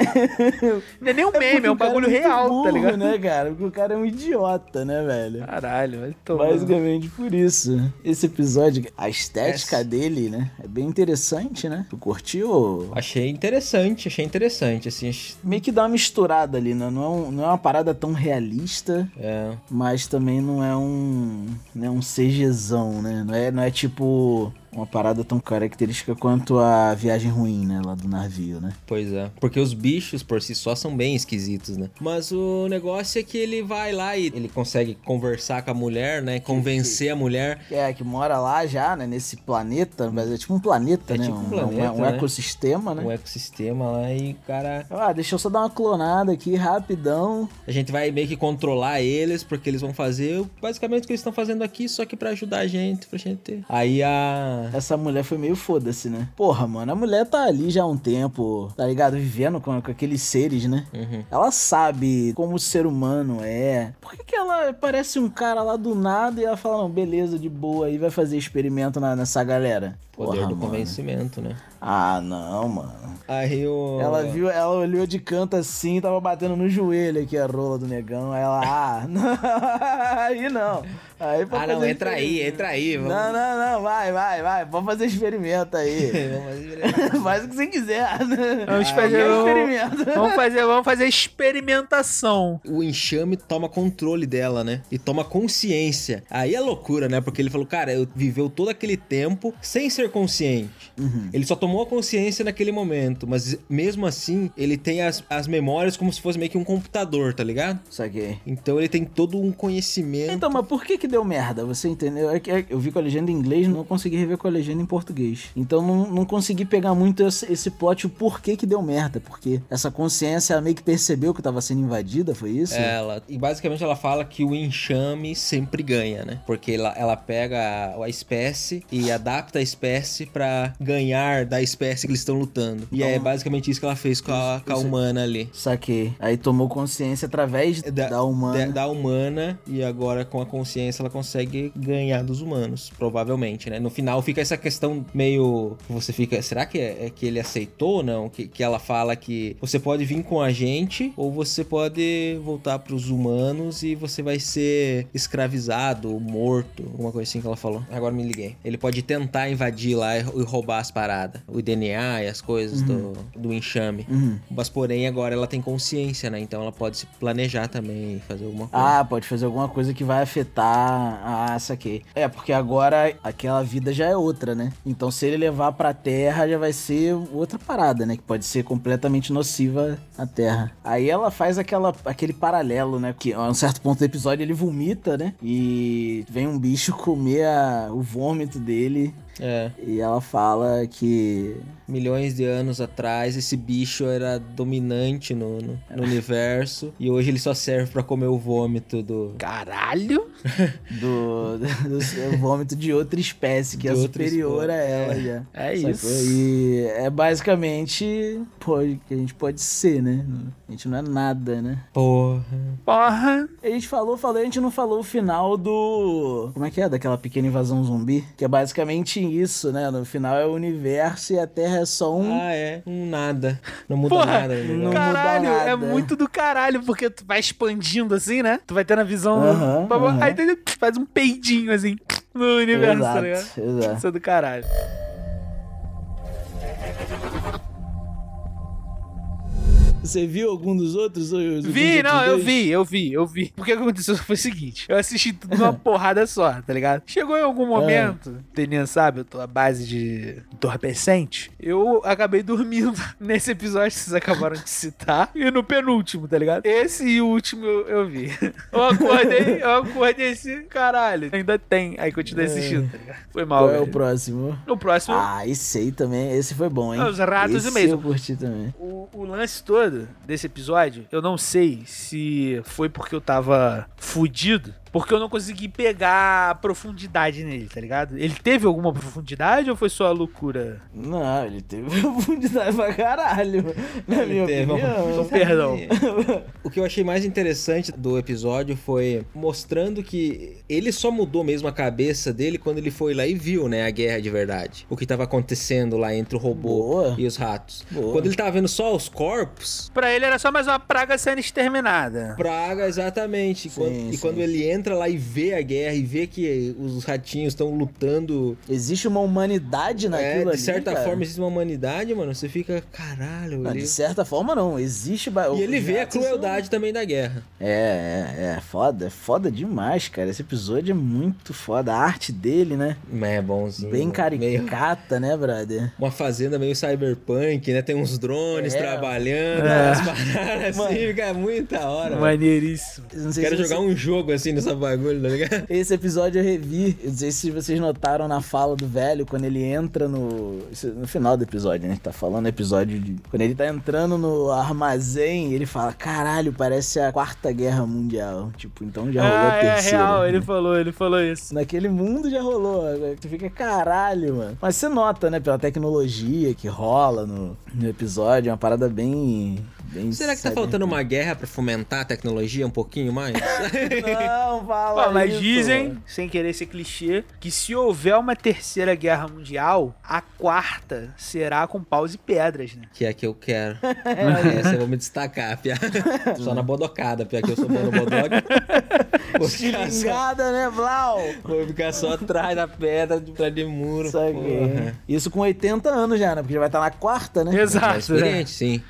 Não é nem um meme,
porque
é um
o cara
bagulho
muito
real,
burro,
tá ligado? Ah,
né, cara? Porque o cara é um idiota, né, velho?
Caralho, vai tomar.
Basicamente por isso. Esse episódio, a estética
Essa.
dele, né? É bem interessante, né? Tu curtiu?
Achei interessante, achei interessante, assim. ach-
Meio que dá uma misturada ali, né? Não é, um- não é uma parada tão realista,
É.
mas também não é um. Não é um CGzão, né? Não é, não é tipo. Uma parada tão característica quanto a viagem ruim, né? Lá do navio, né?
Pois é. Porque os bichos por si só são bem esquisitos, né? Mas o negócio é que ele vai lá e ele consegue conversar com a mulher, né? Convencer a mulher.
É, que mora lá já, né? Nesse planeta, mas é tipo um planeta,
É
né?
tipo um
um,
planeta,
um- um
né?
ecossistema, né?
Um ecossistema lá e o cara.
Ah, deixa eu só dar uma clonada aqui, rapidão.
A gente vai meio que controlar eles, porque eles vão fazer basicamente o que eles estão fazendo aqui, só que pra ajudar a gente, pra gente ter. Aí a.
Essa mulher foi meio foda-se, né? Porra, mano, a mulher tá ali já há um tempo, tá ligado? Vivendo com, com aqueles seres, né?
Uhum.
Ela sabe como o ser humano é. Por que, que ela parece um cara lá do nada e ela fala, não, beleza, de boa, aí vai fazer experimento na- nessa galera?
Poder
Porra,
do
mano.
convencimento, né?
Ah, não, mano.
Aí o.
é.
Ela viu, ela olhou de canto assim, tava batendo no joelho aqui a rola do negão. Aí ela, ah, não, aí não. Aí pra
Ah, não,
fazer
entra aí,
experimento.
entra aí. Vamos...
Não, não, não, vai, vai, vai. Vamos fazer experimento aí.
Vamos fazer-
Faz o que você quiser. Vamos
fazer um-
experimento.
Vamos fazer, vamos fazer experimentação.
o enxame toma controle dela, né? E toma consciência. Aí é loucura, né? Porque ele falou, cara, eu viveu todo aquele tempo sem ser consciente. Ele só tomou a consciência naquele momento, mas mesmo assim, ele tem as, as memórias como se fosse meio que um computador, tá ligado?
Saquei.
Então ele tem todo um conhecimento.
Então, mas por que que deu merda? Você entendeu? É que- é que Eu vi com a legenda em inglês, não consegui rever com a legenda em português. Então não, não consegui pegar muito esse, esse plot, o porquê que deu merda. Porque essa consciência ela meio que percebeu que tava sendo invadida, foi isso?
Ela, e basicamente ela fala que o enxame sempre ganha, né? Porque ela, ela pega a, a espécie e adapta a espécie pra ganhar da espécie que eles estão lutando. E é basicamente isso que ela fez com a, com a humana ali.
Saquei. Aí tomou consciência através da, humana.
É da- da humana, e agora com a consciência ela consegue ganhar dos humanos, provavelmente, né? No final fica essa questão meio. Você fica. Será que é, é que ele aceitou ou não? Que, que ela fala que você pode vir com a gente, ou você pode voltar pros humanos e você vai ser escravizado ou morto, alguma coisa assim que ela falou. Agora me liguei. Ele pode tentar invadir invadir lá e rou- e roubar as paradas. O DNA e as coisas
Uhum.
do, do enxame. Mas porém agora ela tem consciência, né? Então ela pode se planejar também e fazer alguma coisa.
Ah, pode fazer alguma coisa que vai afetar. Ah, saquei. É, porque agora aquela vida já é outra, né? Então se ele levar pra terra já vai ser outra parada, né? Que pode ser completamente nociva à terra. Aí ela faz aquela, aquele paralelo, né? Que a um certo ponto do episódio ele vomita, né? E vem um bicho comer a- o vômito dele.
É.
E ela fala que.
Milhões de anos atrás, esse bicho era dominante no, no- no universo. E hoje ele só serve pra comer o vômito do.
Caralho!
Do, do seu vômito de outra espécie, que
De
é
outra
superior a
espécie.
ela
É.
já.
É
Sacou?
isso.
E é basicamente pode, que a gente pode ser, né? A gente não é nada, né?
Porra.
Porra!
A gente falou, falou, a gente não falou o final do. Como é que é? Daquela pequena invasão zumbi? Que é basicamente isso, né? No final é o universo e a Terra é só um.
Ah, é. Um nada. Não muda
Porra,
nada. né? no
não
negócio.
muda
caralho, é
nada.
muito do caralho, porque tu vai expandindo assim, né? Tu vai tendo a visão.
Aham,
Blá, blá,
aham.
Aí tu faz um peidinho assim no universo, tá
Exato,
ligado?
exato.
Isso é do caralho.
Você viu algum dos outros? os- os
Vi,
outros
não, eu
dois?
vi, eu vi, eu vi. Porque o que aconteceu foi o seguinte: eu assisti tudo numa porrada só, tá ligado? Chegou em
É.
algum momento, Teninha sabe, eu tô à base de entorpecente. Eu acabei dormindo nesse episódio que vocês acabaram de citar. E no penúltimo, tá ligado? Esse e o último eu, eu vi. Eu acordei, eu acordei assim, caralho. Ainda tem. Aí continuei assistindo, tá ligado? Foi mal.
É. Qual é o
velho.
próximo?
No próximo,
Ah, esse aí também. Esse foi bom, hein?
Os ratos
esse
e mesmo.
Eu curti também.
O, o lance todo desse episódio, eu não sei se foi porque eu tava fudido, porque eu não consegui pegar profundidade nele, tá ligado? Ele teve alguma profundidade ou foi só a loucura?
Não, ele teve um profundidade pra caralho. Na minha
teve um uma
opinião.
Perdão.
O que eu achei mais interessante do episódio foi mostrando que ele só mudou mesmo a cabeça dele quando ele foi lá e viu, né, a guerra de verdade. O que tava acontecendo lá entre o robô
Boa.
e os ratos.
Boa.
Quando ele tava vendo só os corpos,
Pra ele era só mais uma praga sendo exterminada.
praga, exatamente. E quando-
Sim,
E quando ele entra lá e vê a guerra e vê que os ratinhos estão lutando
Existe uma humanidade
é,
naquilo ali.
de certa
cara.
forma, existe uma humanidade, mano. Você fica, caralho,
Não,
ele...
de certa forma não, existe... ba-
E ele
os
vê a
ratos
crueldade também da guerra.
são- É, é, é, foda, é foda demais, cara. Esse episódio é muito foda, a arte dele, né?
Mas É bonzinho.
Bem
mano. Meio-
caricata, né, brother?
uma fazenda meio cyberpunk, né? Tem uns drones
É.
trabalhando,
É.
umas paradas assim, fica muita hora. mano.
Maneiríssimo.
Não sei
Quero
se
jogar um jogo assim nessa bagulho, tá ligado?
Esse episódio eu revi. Eu não sei se vocês notaram na fala do velho, quando ele entra no. isso é No final do episódio, né? Tá falando episódio de. Quando ele tá entrando no armazém, ele fala: caralho, parece a quarta guerra mundial. Tipo, então já rolou
Ah,
a
é
terceira.
real,
né?
ele falou, ele falou isso.
Naquele mundo já rolou. agora Tu fica caralho, mano. Mas você nota, né, pela tecnologia que rola no, no episódio, é uma parada bem. bem
Será que tá
séria.
faltando uma guerra pra fomentar a tecnologia um pouquinho mais?
Não, fala.
Pô, mas
isso,
dizem,
mano.
sem querer ser clichê, que se houver uma terceira guerra mundial, a quarta será com paus e pedras, né?
que é que eu quero.
É,
Essa eu vou me destacar, pia. Só na bodocada, pia, que eu sou bom no bodoque. Vou ficar só,
Xingada, né, Blau?
vou ficar só atrás da pedra, atrás de muro.
Isso, aqui.
porra.
Isso com 80 anos já, né? Porque já vai estar na quarta, né?
Tá
Exato. né?
experiente, sim.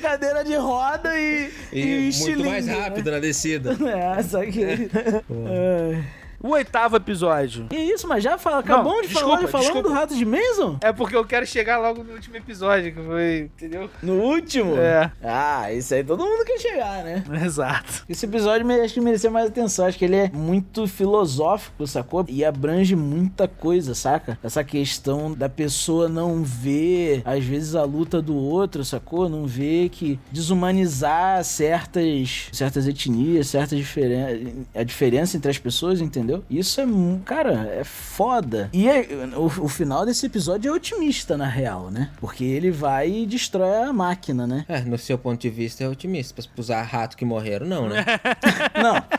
Cadeira de roda e.
E, muito
estilingue,
mais
né?
rápido É. na descida.
É, só que. Ai.
O oitavo episódio.
Que isso, mas já fala, acabamos de falar,
desculpa,
já falamos
desculpa.
do rato de Mason?
É porque eu quero chegar logo no último episódio, que foi, entendeu?
No último?
É.
Ah, isso aí todo mundo quer chegar, né?
Exato.
Esse episódio mere- acho que merecia mais atenção. Acho que ele é muito filosófico, sacou? E abrange muita coisa, saca? Essa questão da pessoa não ver, às vezes, a luta do outro, sacou? Não ver que desumanizar certas, certas etnias, certas diferenças. A diferença entre as pessoas, entendeu? Isso é. mu- Cara, é foda. E é- o, o final desse episódio é otimista, na real, né? Porque ele vai e destrói a máquina, né? É.
É, no seu ponto de vista é otimista. Pra usar rato que morreram, não, né?
Não.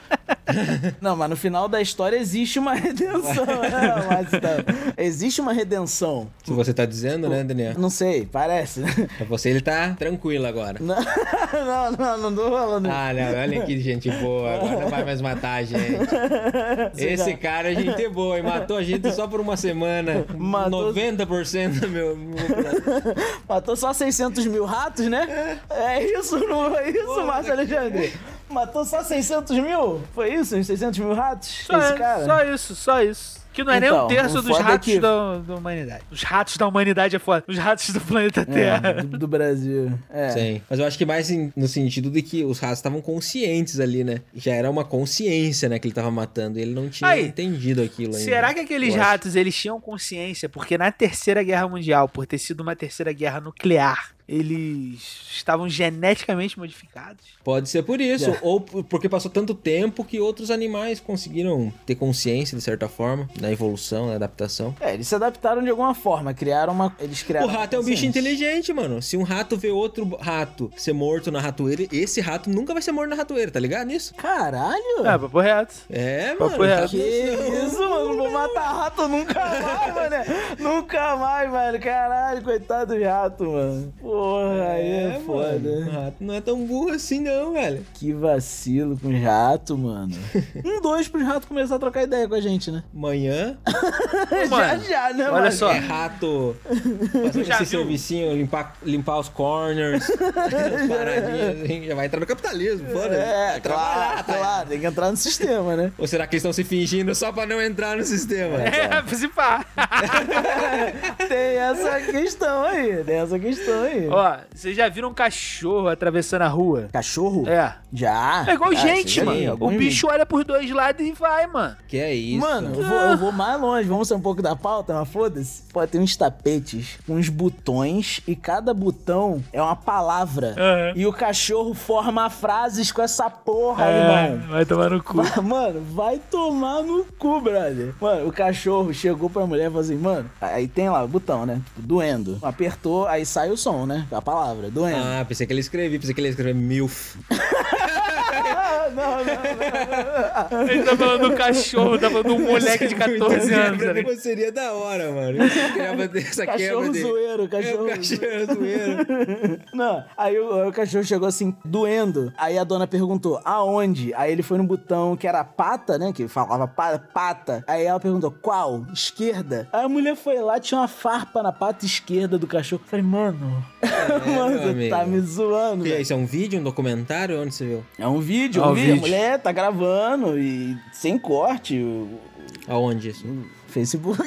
Não, mas no final da história existe uma redenção. né, Márcio? Tá- Existe uma redenção.
Se você tá dizendo, né, Daniel?
Tipo, Não sei, parece. né?
Pra você ele tá tranquilo agora.
Não, não, não, não tô falando. isso.
Ah, não, olha aqui, gente boa. Agora não vai mais matar a gente. Esse cara é gente boa e matou a gente só por uma semana.
Matou-
90% do meu.
Matou só 600 mil ratos, né? É isso, não é isso, Márcio Alexandre? Matou só 600 mil? Foi isso? Uns 600 mil ratos?
Só,
esse
é-
cara?
só isso, só isso. Que não é nem
Então,
um terço
o
dos
foda é
ratos
que-
da, da humanidade. Os ratos da humanidade é foda. Os ratos do planeta
É,
Terra.
do, do Brasil. É.
Sim. Mas eu acho que mais em- no sentido de que os ratos estavam conscientes ali, né? Já era uma consciência, né, que ele tava matando. E ele não tinha
Aí,
entendido aquilo ainda.
Será que aqueles
Eu acho.
ratos eles tinham consciência? Porque na Terceira Guerra Mundial, por ter sido uma Terceira Guerra nuclear, eles estavam geneticamente modificados?
Pode ser por isso. Ou por- porque passou tanto tempo que outros animais conseguiram ter consciência, de certa forma, na evolução, na adaptação.
É, eles se adaptaram de alguma forma, criaram uma. Eles
O
criaram
rato é um
uma consciência.
bicho inteligente, mano. Se um rato vê outro rato ser morto na ratoeira, esse rato nunca vai ser morto na ratoeira, tá ligado nisso?
Caralho!
É, papo reto.
É,
Papo
mano.
reto.
tá-
Que isso, mano? Não vou matar rato nunca mais, mano. Nunca mais, velho. Caralho, coitado de rato, mano. Porra, aí é,
É,
foda.
mano. O rato não é tão burro assim, não, velho.
Que vacilo com os ratos, mano. um, dois pros ratos começar a trocar ideia com a gente, né?
Manhã
mano,
já, já, né,
Olha
mano?
só,
é rato fazendo
Já
esse
viu?
servicinho, limpar, limpar os corners, as paradinhas, assim, já vai entrar no capitalismo, foda
É,
Vai trabalhar,
claro,
tá?
claro. Tem que entrar no sistema, né?
Ou será que eles estão se fingindo só pra não entrar no sistema?
é, se pá.
Tem essa questão aí. Tem essa questão aí.
Ó, vocês já viram um cachorro atravessando a rua?
Cachorro?
É.
Já.
É igual
Ah,
gente,
sim,
mano.
alguns
O bicho olha pros dois lados e vai, mano.
Que é isso?
Mano, eu vou, eu vou mais longe, vamos sair um pouco da pauta, mas foda-se. Pô, tem uns tapetes, uns botões, e cada botão é uma palavra.
Aham.
E o cachorro forma frases com essa porra,
É.
irmão.
vai tomar no cu.
Vai- Mano, vai tomar no cu, brother. Mano, o cachorro chegou pra mulher e falou assim, mano, aí tem lá o botão, né? Tipo, doendo. Apertou, aí sai o som, né? A palavra, doendo.
Ah, pensei que ele escrevia, pensei que ele escrevia MILF.
Ah, não, não, não.
Ele tá falando do cachorro, tá falando de um
é
moleque de 14 anos.
Pra
tá
mim,
ligado?
seria da hora, mano. Essa é quebra de- essa quebra
Cachorro
de...
zoeiro,
É
cachorro
o
zoeiro.
cachorro zoeiro.
Não, aí o, aí o cachorro chegou assim, doendo. Aí a dona perguntou, aonde? Aí ele foi no botão que era pata, né? Que falava pa- pata. Aí ela perguntou, qual? Esquerda. Aí a mulher foi lá, tinha uma farpa na pata esquerda do cachorro. Eu Falei, mano,
É,
mano,
meu
você tá
amigo.
me zoando,
E aí,
velho.
isso é um vídeo, um documentário? Onde você viu?
É um vídeo,
É
um
um
vídeo. A
vídeo.
mulher tá gravando e sem corte. o-
Aonde isso?
o Facebook.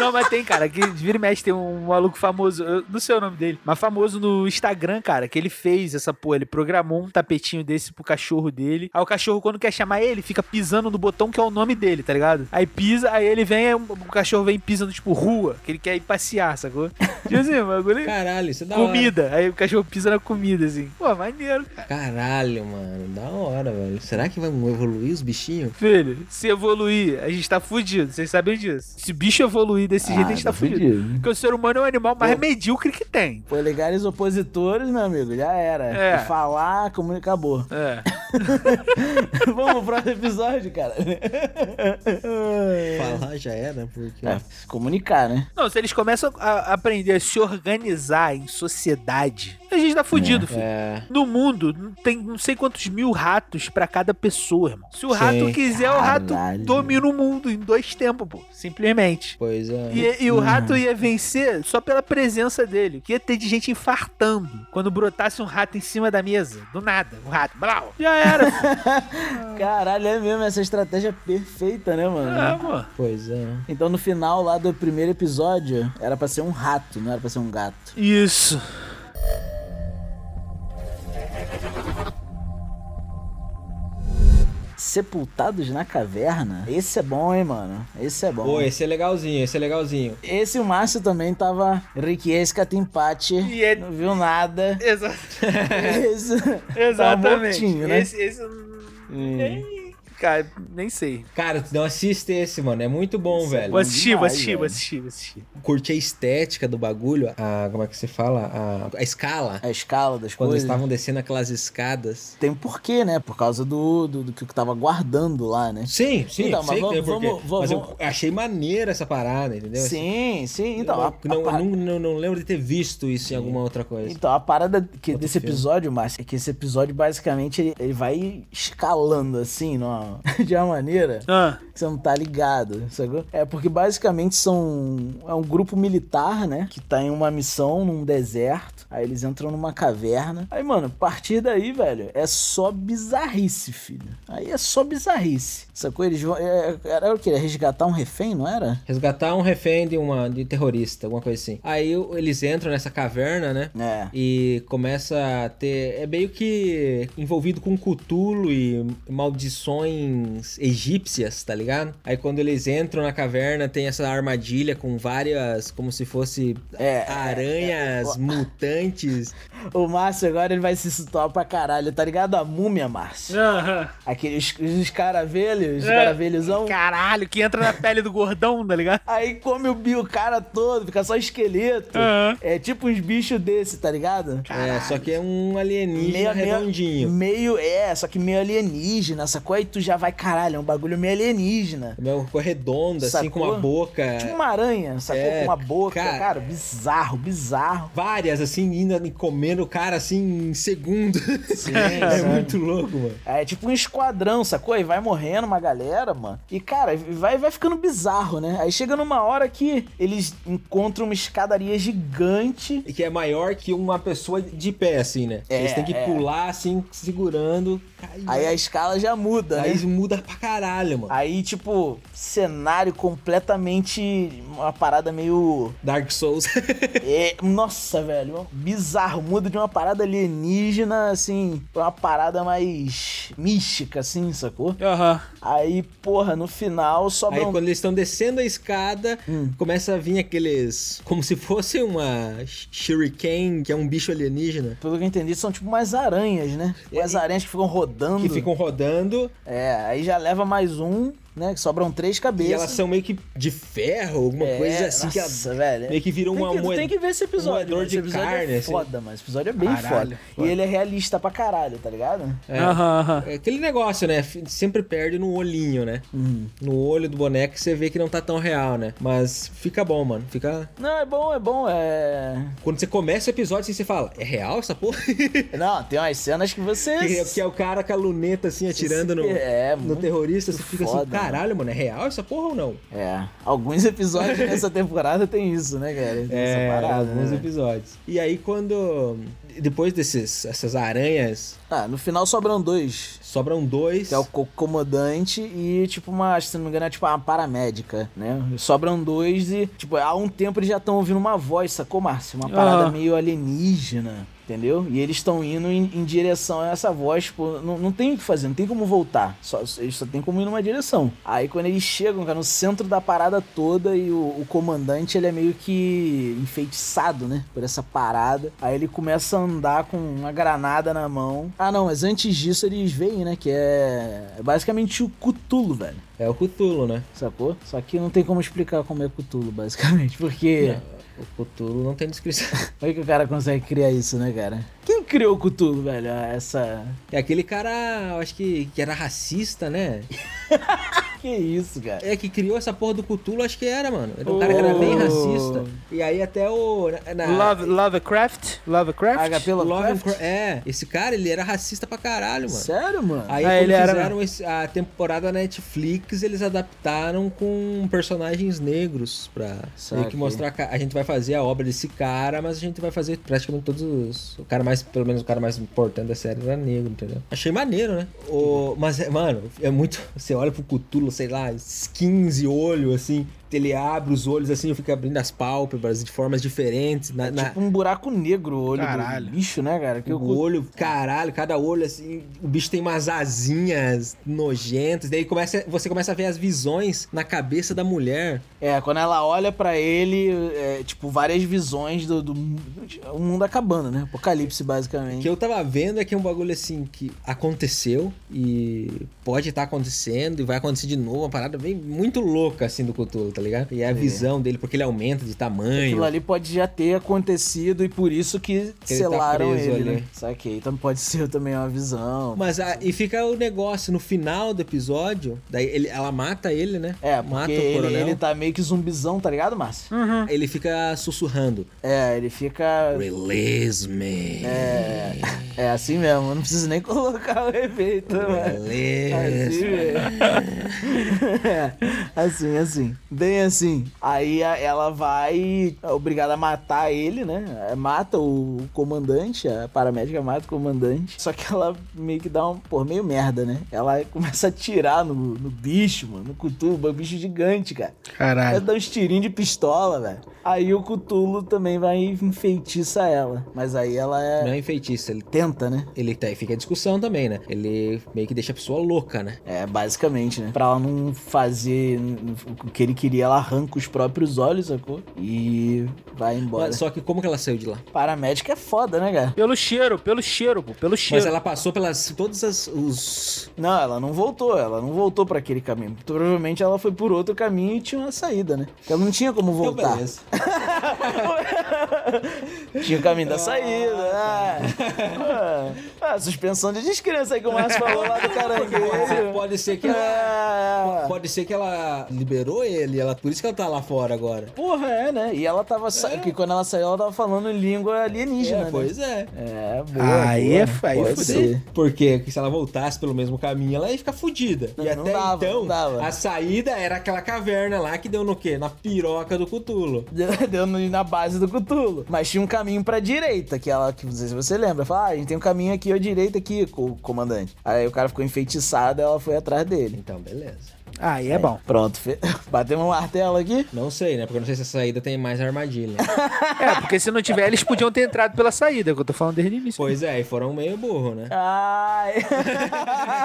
Não, mas tem, cara, que vira e mexe, tem um maluco famoso, eu não sei o nome dele, mas famoso no Instagram, cara, que ele fez essa porra, ele programou um tapetinho desse pro cachorro dele. Aí o cachorro, quando quer chamar ele, fica pisando no botão que é o nome dele, tá ligado? Aí pisa, aí ele vem, aí o cachorro vem pisando, tipo, rua, que ele quer ir passear, sacou? Tipo assim, o bagulho.
Caralho, isso é da
Comida, aí o cachorro pisa na comida, assim. Pô, maneiro, cara.
hora. Caralho, mano. Da hora, velho. Será que vão evoluir os bichinhos?
Filho, se evoluir, a gente tá fudido, vocês sabem disso. Se bicho evoluir
Ah,
desse jeito, a
Ah,
gente tá fudido. Porque o ser humano é o animal mais medíocre que tem.
Pô, legais opositores, meu amigo, já era.
É.
Falar, comunica, acabou.
É.
Vamos pro próximo episódio, cara.
Falar já era, porque...
É, se comunicar, né?
Não, se eles começam a aprender a se organizar em sociedade, a gente tá fudido, filho.
É.
No mundo, não tem não sei quantos mil ratos pra cada pessoa, irmão. Se o
Sim.
rato quiser, o
Caralho.
rato domina o mundo em dois tempos, pô. Simplesmente.
Pois é.
E, e o rato ia vencer só pela presença dele. Que ia ter de gente infartando quando brotasse um rato em cima da mesa. Do nada, um rato. Blau. Já era. filho.
Caralho, é mesmo essa estratégia perfeita, né,
é,
mano?
mano.
Pois é.
Então no final lá do primeiro episódio, era pra ser um rato, não era pra ser um gato.
Isso.
Sepultados na caverna? Esse é bom, hein, mano? Esse é bom.
Pô, esse é legalzinho, esse é legalzinho.
Esse o Márcio também tava riquezca, tem empate,
E é-
não viu nada.
Exato.
Esse... tá
Exatamente.
mortinho, né?
Esse, esse-
Hum.
Cara, nem sei.
É. Cara, não assiste esse, mano. É muito bom, velho.
Vou assistir, vou
demais,
assistir,
velho.
vou assistir, vou assistir.
Curti a estética do bagulho, a. Como é que se fala? A, a escala.
A escala das
Quando
coisas.
eles estavam descendo aquelas escadas.
Tem um porquê, né? Por causa do, do, do que eu tava guardando lá, né?
Sim, sim,
Então,
eu
mas
sei que tem
vamos-
porquê.
vamos- vamos-
mas eu achei maneira essa parada, entendeu?
Sim,
Assim,
sim. Então, a,
Eu
a
não,
par-
eu não, não, não lembro de ter visto isso em alguma outra coisa.
Então, a parada que
Outro
desse
filme.
episódio, Márcio, é que esse episódio basicamente ele, ele vai escalando assim, numa, de uma maneira
Ah,
que você não tá ligado, sacou? É porque basicamente são. É um grupo militar, né? Que tá em uma missão num deserto. Aí eles entram numa caverna. Aí, mano, a partir daí, velho, é só bizarrice, filho. Aí é só bizarrice. Sacou? Eles vão. é- era o quê? Era Resgatar um refém, não era?
Resgatar um refém de, uma, de terrorista, alguma coisa assim. Aí o- eles entram nessa caverna, né?
É.
E começa a ter. É meio que envolvido com Cthulhu e maldições egípcias, tá ligado? Aí quando eles entram na caverna, tem essa armadilha com várias. Como se fosse
É, é,
aranhas mutantes. é,
O Márcio agora ele vai se situar pra caralho, tá ligado? A múmia, Márcio.
aham.
Aqueles os caravelhos, os
É.
caravelhosão.
Caralho, que entra na pele do gordão, tá ligado?
Aí come o, bi- o cara todo, fica só esqueleto.
Aham.
É tipo uns bichos desse, tá ligado?
É, só que é um alienígena redondinho.
meio, é, só que meio alienígena, sacou? Aí tu já vai, caralho, é um bagulho meio alienígena.
É meio cor redonda, assim, com
Sacou?
uma boca.
Tipo uma aranha, sacou?
É,
Com uma boca,
cara.
cara. bizarro, bizarro.
Várias, assim, indo e comendo o cara, assim, em segundo. é
sabe?
muito louco, mano.
É tipo um esquadrão, sacou? Aí vai morrendo uma galera, mano. E, cara, vai, vai ficando bizarro, né? Aí chega numa hora que eles encontram uma escadaria gigante.
E que é maior que uma pessoa de pé, assim, né?
É,
Eles têm que
é.
pular, assim, segurando. Aí,
Aí a escala já muda, né?
aí muda pra caralho, mano.
Aí, tipo, cenário completamente. Uma parada meio.
Dark Souls.
É, nossa, velho. Bizarro. Muda de uma parada alienígena, assim, pra uma parada mais mística, assim, sacou?
Aham.
Aí, porra, no final
aí
sobram.
quando eles estão descendo a escada,
Hum.
começa a vir aqueles. Como se fosse uma sh- shuriken, que é um bicho alienígena.
Pelo que eu entendi, são tipo umas aranhas, né? Umas aranhas que ficam rodando.
Que ficam rodando
É, aí já leva mais um, né? Que sobram três cabeças.
e elas são meio que de ferro, alguma
É,
coisa assim que
nossa,
ela-
velho.
meio que vira
Tem
uma
que, tu
moeda.
tem que ver esse episódio.
moedor
mano.
de
esse episódio
carne,
é
assim.
foda, mano. Esse episódio é bem
Caralho,
foda. E ele é realista pra caralho, tá ligado?
É.
Aham, aham.
É aquele negócio, né? F- Sempre perde no olhinho, né?
Hum.
No olho do boneco você vê que não tá tão real, né? Mas fica bom, mano. Fica.
Não, é bom, é bom, é.
Quando você começa o episódio, assim, você fala, é real essa porra?
Não, tem umas cenas que você.
que, que é o cara com a luneta, assim, atirando no,
É,
no
muito
terrorista. Você fica assim,
foda, né?
caralho, mano, é real essa porra ou não?
É, alguns episódios nessa temporada tem isso, né, cara? Tem essa parada,
É, alguns
né?
episódios. E aí, quando. Depois desses essas aranhas,
Ah, no final sobram dois.
sobram dois.
Que é o co- comandante e, tipo, uma, se não me engano, é tipo uma paramédica, né? Sobram dois e, tipo, há um tempo eles já estão ouvindo uma voz, sacou, Márcio? Uma parada
Aham.
meio alienígena, entendeu? E eles estão indo em, em direção a essa voz, tipo, não, não tem o que fazer, não tem como voltar. Só, eles só tem como ir numa direção. Aí quando eles chegam, cara, no centro da parada toda e o, o comandante, ele é meio que enfeitiçado, né? Por essa parada. Aí ele começa a andar com uma granada na mão. Ah, não, mas antes disso eles veem, né? Que é, é basicamente o Cutulo, velho.
É o Cthulhu, né?
Sacou? Só que não tem como explicar como é Cutulo, basicamente. Porque.
O Cthulhu não tem descrição.
Como é que o cara consegue criar isso, né, cara? Quem criou o Cutulo, velho? Ah, Essa.
É aquele cara, eu acho que, que era racista, né?
Que isso, cara?
É que criou essa porra do Cthulhu, acho que era, mano. Era um cara que era bem
Oh.
racista. E aí até o. Na, na-
Love, Lovecraft? Lovecraft?
HP Lovecraft?
Lovecraft- É, esse cara, ele era racista pra caralho, mano.
Sério, mano?
Aí
Ah,
quando
ele era,
fizeram esse- a temporada Netflix, eles adaptaram com personagens negros pra meio que
Saquei.
mostrar. ca- A gente vai fazer a obra desse cara, mas a gente vai fazer praticamente todos os. O cara mais, pelo menos o cara mais importante da série era negro, entendeu? Achei maneiro, né? O, mas, é, mano, é muito. Você olha pro Cutulo, sei lá, uns 15 olhos, assim. ele abre os olhos assim, fica abrindo as pálpebras de formas diferentes. Na, na-
Tipo um buraco negro o olho
Caralho.
do bicho, né, cara? Que eu
Ah, né? o olho, caralho, cada olho assim, o bicho tem umas asinhas nojentas. Daí começa, você começa a ver as visões na cabeça da mulher.
É, quando ela olha pra ele, é, tipo, várias visões do, do mu- o mundo acabando, né? Apocalipse,
O
basicamente.
que eu tava vendo é que é um bagulho assim que aconteceu e pode estar acontecendo e vai acontecer de novo, uma parada bem muito louca assim do Cthulhu, tá ligado? E a visão dele, porque ele aumenta de tamanho.
Aquilo ali pode já ter acontecido e por isso que
tá
selaram
preso
ele,
ali.
né? Saquei. Então pode ser também uma visão.
Mas a- e fica o negócio no final do episódio, daí ele- ela mata ele, né?
É,
mata
porque
o
ele,
coronel. Hum.
ele
Ele,
tá meio que zumbizão, tá ligado, Márcio?
fica sussurrando.
É, ele fica...
Release me.
É, é assim mesmo, não preciso nem colocar o efeito, mano.
Release.
Assim, velho. É, assim, assim. Bem assim. Aí a- ela vai é obrigada a matar ele, né? É, Mata o comandante, a paramédica mata o comandante. Só que ela meio que dá um. Pô, meio merda, né? Ela começa a atirar no, no bicho, mano. No cutuba, um bicho gigante, cara. Ela
Caralho.
dá uns tirinhos de pistola, velho. Aí o Cutulo também vai e enfeitiça ela. Mas aí ela é-
Não é feitiço, ele
tenta, né?
ele tá, fica a discussão também, né? Ele meio que deixa a pessoa louca, né?
É, basicamente, né? Pra ela não fazer o que ele queria, ela arranca os próprios olhos, sacou? E vai embora.
Mas, só que como que ela saiu de lá?
Paramédica é foda, né, cara?
Pelo cheiro, pelo cheiro, pô, pelo cheiro.
Mas ela passou pelas todas as os
Não, ela não voltou, ela não voltou pra aquele caminho. Provavelmente ela foi por outro caminho e tinha uma saída, né? Porque ela não tinha como voltar.
Então, beleza.
Tinha o caminho da saída. Ah, ah, ah, suspensão de descrença aí que o Márcio falou lá do caranguejo.
Pode ser que ela
Ah,
pode ser que ela liberou ele, ela por isso que ela tá lá fora agora.
porra, é, né? E ela tava. Sa... que quando ela saiu, ela tava falando em língua alienígena, né?
É, pois é.
É, boa.
Aí
boa.
é fa- aí
Pode
fudeu.
ser.
Porque se ela voltasse pelo mesmo caminho, ela ia ficar fudida.
Não,
e
não
até
dava, não
então,
dava.
a saída era aquela caverna lá que deu no quê? Na piroca do Cutulo.
Deu- Deu no- na base do cutulo. Mas tinha um caminho pra direita, que ela, que não sei se você lembra. Fala, ah, a gente tem um caminho aqui, à direita aqui, com o comandante. Aí o cara ficou enfeitiçado, ela foi atrás dele.
Então, beleza.
Aí é bom.
Pronto, fe... batemos um martelo aqui.
Não sei, né? Porque eu não sei se a saída tem mais armadilha.
É, porque se não tiver, eles podiam ter entrado pela saída, que eu tô falando desde o início.
pois é, e foram meio burro, né?
É. Ai.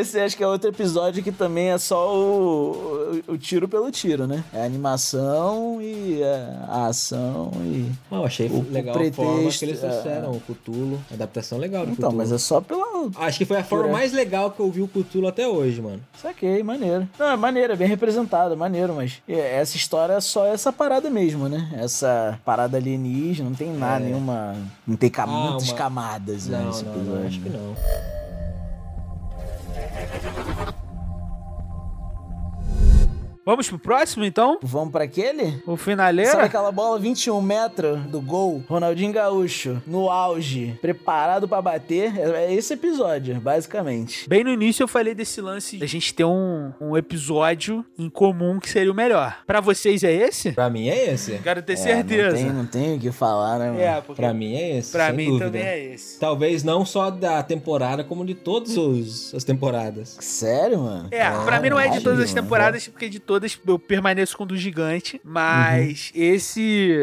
Esse acho que é outro episódio que também é só o, o, o tiro pelo tiro, né? É a animação e é, a ação e.
Mas eu achei
O-
legal
o
a forma
pretexto,
que eles
é.
fizeram, o Cutulo. Adaptação legal do
Então,
Cthulhu.
mas é só pela
Acho que foi a forma mais legal que eu vi o Cutulo até hoje, mano.
Saquei, maneiro. Não, é maneiro, é bem representado, é maneiro, mas é, essa história é só essa parada mesmo, né? Essa parada alienígena, não tem
É.
nada, nenhuma. Não tem cam...
Ah,
muitas
uma-
camadas né,
Não,
nesse
não,
episódio.
não, acho
né?
que não.
Vamos pro próximo, então?
Vamos pra aquele?
O
Sabe
finaleira?
aquela bola 21 metros do gol? Ronaldinho Gaúcho, no auge, preparado pra bater. É é esse episódio, basicamente.
Bem no início eu falei desse lance da gente ter um, um episódio em comum que seria o melhor. Pra vocês é esse?
Pra mim é esse.
Quero ter
É, não, tem,
certeza.
não tem o que falar, né, mano?
É, porque
Pra mim é esse.
pra
sem
mim
dúvida. Tá
também é esse.
Talvez não só da temporada, como de todas os- as temporadas.
Sério, mano?
É, pra mim não é de todas as
Caralho,
temporadas, porque de todas eu permaneço com o do gigante, mas esse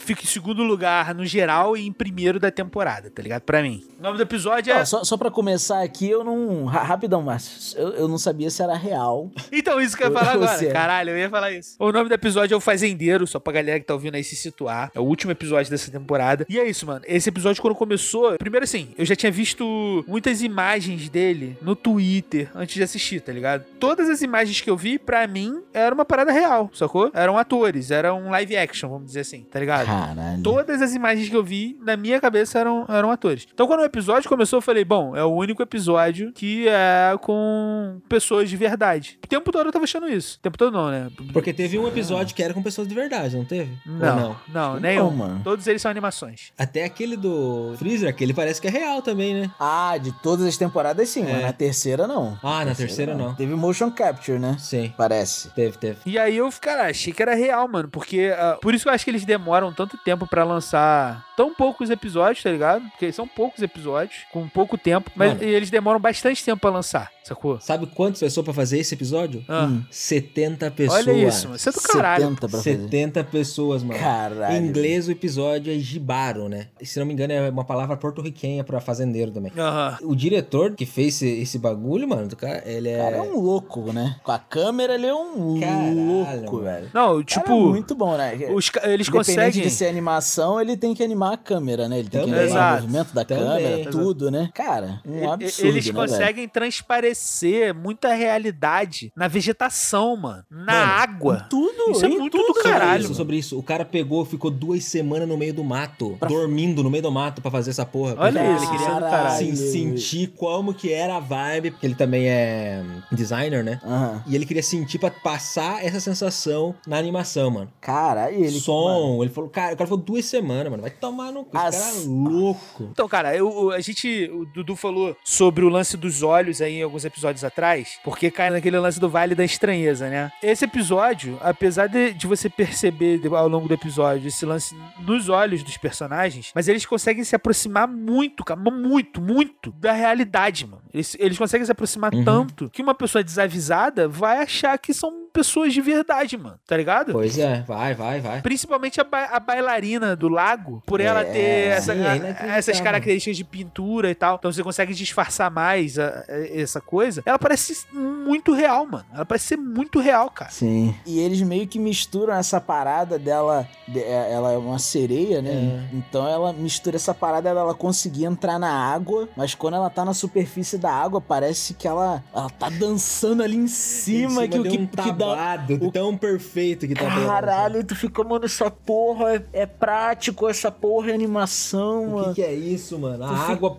fica em segundo lugar no geral e em primeiro da temporada, tá ligado? Pra mim. O nome do episódio é.
Ó, só, só pra começar aqui, eu não. ra- Rapidão, Márcio. Eu, eu não sabia se era real.
Então, isso que eu ia
Ô,
falar agora.
Luciano.
Caralho, eu ia falar isso. O nome do episódio é O Fazendeiro, só pra galera que tá ouvindo aí se situar. É o último episódio dessa temporada. E é isso, mano. Esse episódio, quando começou, primeiro assim, eu já tinha visto muitas imagens dele no Twitter antes de assistir, tá ligado? Todas as imagens que eu vi, pra mim, era uma parada real, sacou? Eram atores, era um live action, vamos dizer assim, tá ligado?
Caralho.
Todas as imagens que eu vi na minha cabeça eram, eram atores. Então, quando o episódio começou, eu falei: bom, é o único episódio que é com pessoas de verdade. O tempo todo eu tava achando isso. O tempo todo não, né?
Porque teve um episódio que era com pessoas de verdade, não teve? Ou
Não, não,
não?
nenhum.
mano.
Todos eles são animações.
Até aquele do Freezer, aquele parece que é real também, né?
Ah, de todas as temporadas
É.
sim, mas na terceira não.
Ah, na terceira não.
Teve motion capture, né?
Sim.
Parece.
Teve, teve.
E aí eu, cara, achei que era real, mano. Porque. ah, por isso que eu acho que eles demoram tanto tempo pra lançar tão poucos episódios, tá ligado? Porque são poucos episódios, com pouco tempo. Mas
Mano.
e eles demoram bastante tempo pra lançar. sacou?
Sabe quantas pessoas pra fazer esse episódio?
Ah.
Hum, 70 pessoas.
Olha isso, mano. Você é do caralho.
70 pra fazer.
70 pessoas, mano.
Caralho.
Em inglês o episódio é gibaro, né? E, Se não me engano, é uma palavra porto-riquenha pra fazendeiro também.
Aham.
O diretor que fez esse, esse bagulho, mano, do cara, ele é.
O cara é um louco, né? Com a câmera ele é um
Caralho,
louco,
mano.
velho.
Não,
O cara
tipo,
é muito bom, né?
os ca- eles
Independente
conseguem.
de ser animação, ele tem que animar a câmera, né? Ele tem
Também.
que animar
Exato.
o movimento da
Também.
câmera,
Exato.
tudo, né? Cara,
E-
um
e-
absurdo,
Eles
né, velho?
conseguem transparecer muita realidade na vegetação, mano. Na
Mano,
água.
Tudo,
Isso é
em
muito
tudo,
do
cara.
caralho.
Isso, é sobre isso. O cara pegou, ficou duas semanas no meio do mato, dormindo no meio do mato pra fazer essa porra.
Olha
Porque
isso, isso
ele
é
queria
do
Caralho.
caralho.
sim, sentir como que era a vibe, porque ele também é designer, né?
Aham.
E ele queria sentir pra passar essa sensação na animação, mano.
Cara, e ele.
Som, ele falou, cara, o cara falou duas semanas, mano. Vai tomar no cu.
As-
Esse cara é louco.
Então, cara, eu- eu- a gente. O Dudu falou sobre o lance dos olhos aí em alguns episódios atrás, porque cai naquele lance do Vale da Estranheza, né? Esse episódio, apesar de, de você perceber de- ao longo do episódio esse lance nos olhos dos personagens, mas eles conseguem se aproximar muito, cara, mas muito, muito da realidade, mano. Eles, eles conseguem se aproximar
Uhum.
tanto que uma pessoa desavisada vai achar que são pessoas de verdade, mano, tá ligado?
Pois é, vai, vai, vai.
Principalmente a, ba- a bailarina do lago, por ela
É,
ter essa-
sim,
a-
é inacreditável.
essas características de pintura e tal. Então você consegue disfarçar mais a- a- essa coisa. Ela parece muito real, mano. Ela parece ser muito real, cara.
Sim. E eles meio que misturam essa parada dela. de- é- ela é uma sereia, né? Então ela mistura essa parada dela conseguir entrar na água, mas quando ela tá na superfície da água, parece que ela, ela tá dançando ali em cima, que o
deu
que,
um
que dá.
tablado de tão perfeito que tá pela nossa.
Caralho, tu ficou, mano, essa porra é- é prático, essa porra é animação,
O que
mano.
que, é isso, mano? A
Tu fica-
água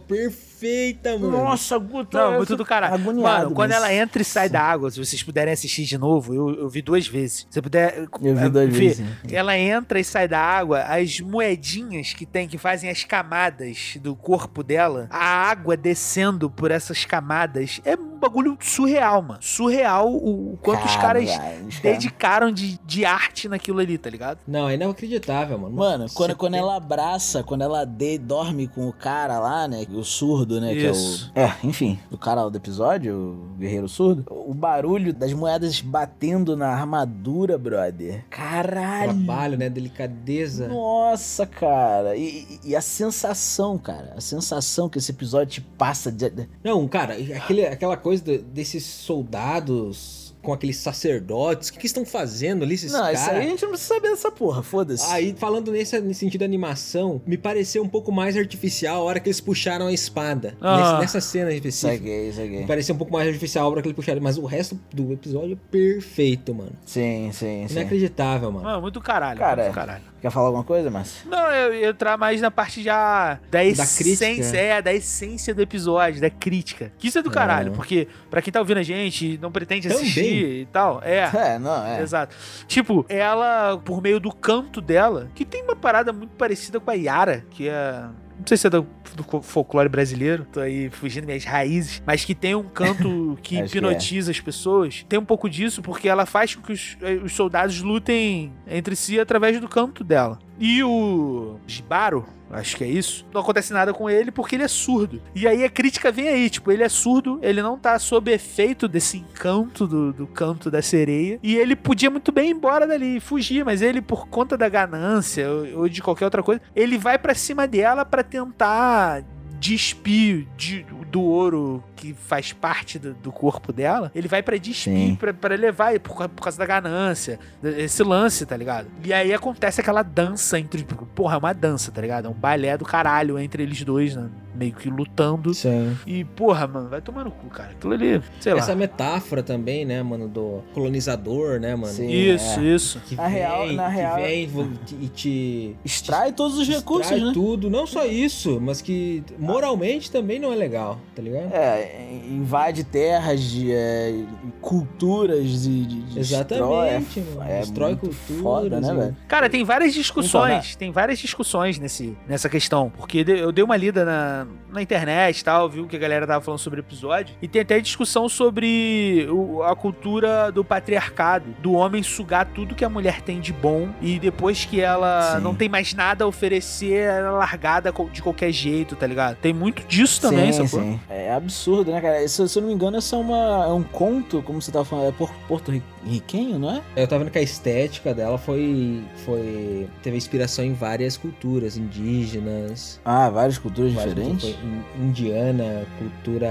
perfeita, mano.
Nossa, Guto,
Não,
eu
muito
fico
do caralho.
agoniado,
Mano, quando
mas-
ela entra e sai da água, se vocês puderem assistir de novo, eu, eu vi duas vezes. Se você puder.
Eu vi
eh,
duas
ver,
vezes.
Ela entra e sai da água, as moedinhas que tem, que fazem as camadas do corpo dela, a água descendo por essas camadas, é um bagulho surreal, mano. Surreal o, o quanto os caras
Caralho, é cara.
dedicaram de, de arte naquilo ali, tá ligado?
Não, é inacreditável, mano.
Mano, quando,
Você
quando
tem-
ela abraça, quando ela de, dorme com o cara lá, né? O surdo, né?
Isso.
Que é o. É, enfim, o cara lá do episódio, o guerreiro surdo. O barulho das moedas batendo na armadura, brother. Caralho.
Trabalho, né? Delicadeza.
Nossa, cara. E, e- e a sensação, cara. A sensação que esse episódio te passa. De, de-
Não, cara, aquele, aquela coisa do- desses soldados com aqueles sacerdotes. O que, que estão fazendo ali, esses
Não,
caras?
isso aí a gente não precisa saber dessa porra, foda-se.
Aí, falando nesse, nesse sentido de animação, me pareceu um pouco mais artificial a hora que eles puxaram a espada.
Ah.
Nesse- nessa cena específica.
Saguei, saguei.
Me pareceu um pouco mais artificial a hora que eles puxaram, mas o resto do episódio é perfeito, mano.
Sim, sim, sim.
Inacreditável, mano.
Mano, muito caralho.
Cara,
muito caralho.
Quer falar alguma coisa, Márcio?
Não, eu ia entrar mais na parte já da essência,
crítica.
é, da essência do episódio, da crítica. Que isso é do caralho,
É.
porque pra quem tá ouvindo a gente, não pretende
Também.
assistir e tal, é.
É, não, é.
Exato. Tipo, ela, por meio do canto dela, que tem uma parada muito parecida com a Yara, que é. Não sei se é do, do folclore brasileiro, tô aí fugindo minhas raízes, mas que tem um canto que
Acho que é.
hipnotiza as pessoas. Tem um pouco disso, porque ela faz com que os, eh, os soldados lutem entre si através do canto dela. E o Jibaro, acho que é isso, não acontece nada com ele porque ele é surdo. E aí a crítica vem aí, tipo, ele é surdo, ele não tá sob efeito desse encanto do, do canto da sereia. E ele podia muito bem ir embora dali e fugir, mas ele, por conta da ganância ou, ou de qualquer outra coisa, ele vai pra cima dela pra tentar despir de- do ouro que faz parte do, do corpo dela. Ele vai pra despir,
Sim.
pra, pra levar por, ca- por causa da ganância esse lance, tá ligado? E aí acontece aquela dança entre. Porra, é uma dança, tá ligado? É um balé do caralho entre eles dois, né? Meio que
Ah,
lutando.
Sim.
E, porra, mano, vai tomar no cu, cara. Aquilo ali, sei lá.
Essa metáfora também, né, mano, do colonizador, né, mano?
Sim.
Isso, isso.
Que
Na
vem,
real- na
que
real-
vem vo- te- e te
Extrai todos os recursos,
extrai
né?
tudo, não só isso, mas que moralmente também não é legal, tá ligado?
É, invade terras, de, é, culturas e de, de
Exatamente,
destrói,
mano.
é
Destrói
muito
culturas,
Foda, né,
e-
velho?
Cara, tem várias
Então,
discussões, tem várias discussões nesse, nessa questão, porque de- eu dei uma lida na, na internet e tal, viu que a galera tava falando sobre o episódio. E tem até discussão sobre o- a cultura do patriarcado, do homem sugar tudo que a mulher tem de bom e depois que ela
Sim.
não tem mais nada a oferecer, ela é largada co- de qualquer jeito, tá ligado? Tem muito disso também,
sim,
sacou?
sim. É absurdo, né, cara? Se, se eu não me engano, essa é, uma, é um conto, como você tava falando, é por, porto-riquenho, não é?
Eu tava vendo que a estética dela foi. foi teve inspiração em várias culturas, indígenas.
Ah, várias culturas
várias
diferentes.
culturas, in- indiana, cultura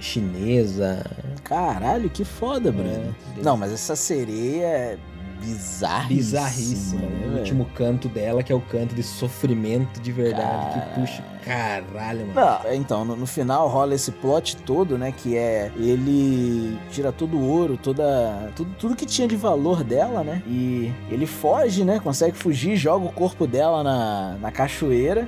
chinesa.
Caralho, que foda, Breno.
né?
Não, mas essa sereia é bizarríssima.
bizarríssima. né?
velho?
O último canto dela, que é o canto de sofrimento de verdade,
Cara.
que puxa. Caralho, mano.
Não, é, então, no, no final rola esse plot todo, né? Que é ele tira todo o ouro, toda, tudo, tudo que tinha de valor dela, né? E ele foge, né? Consegue fugir, joga o corpo dela na, na cachoeira.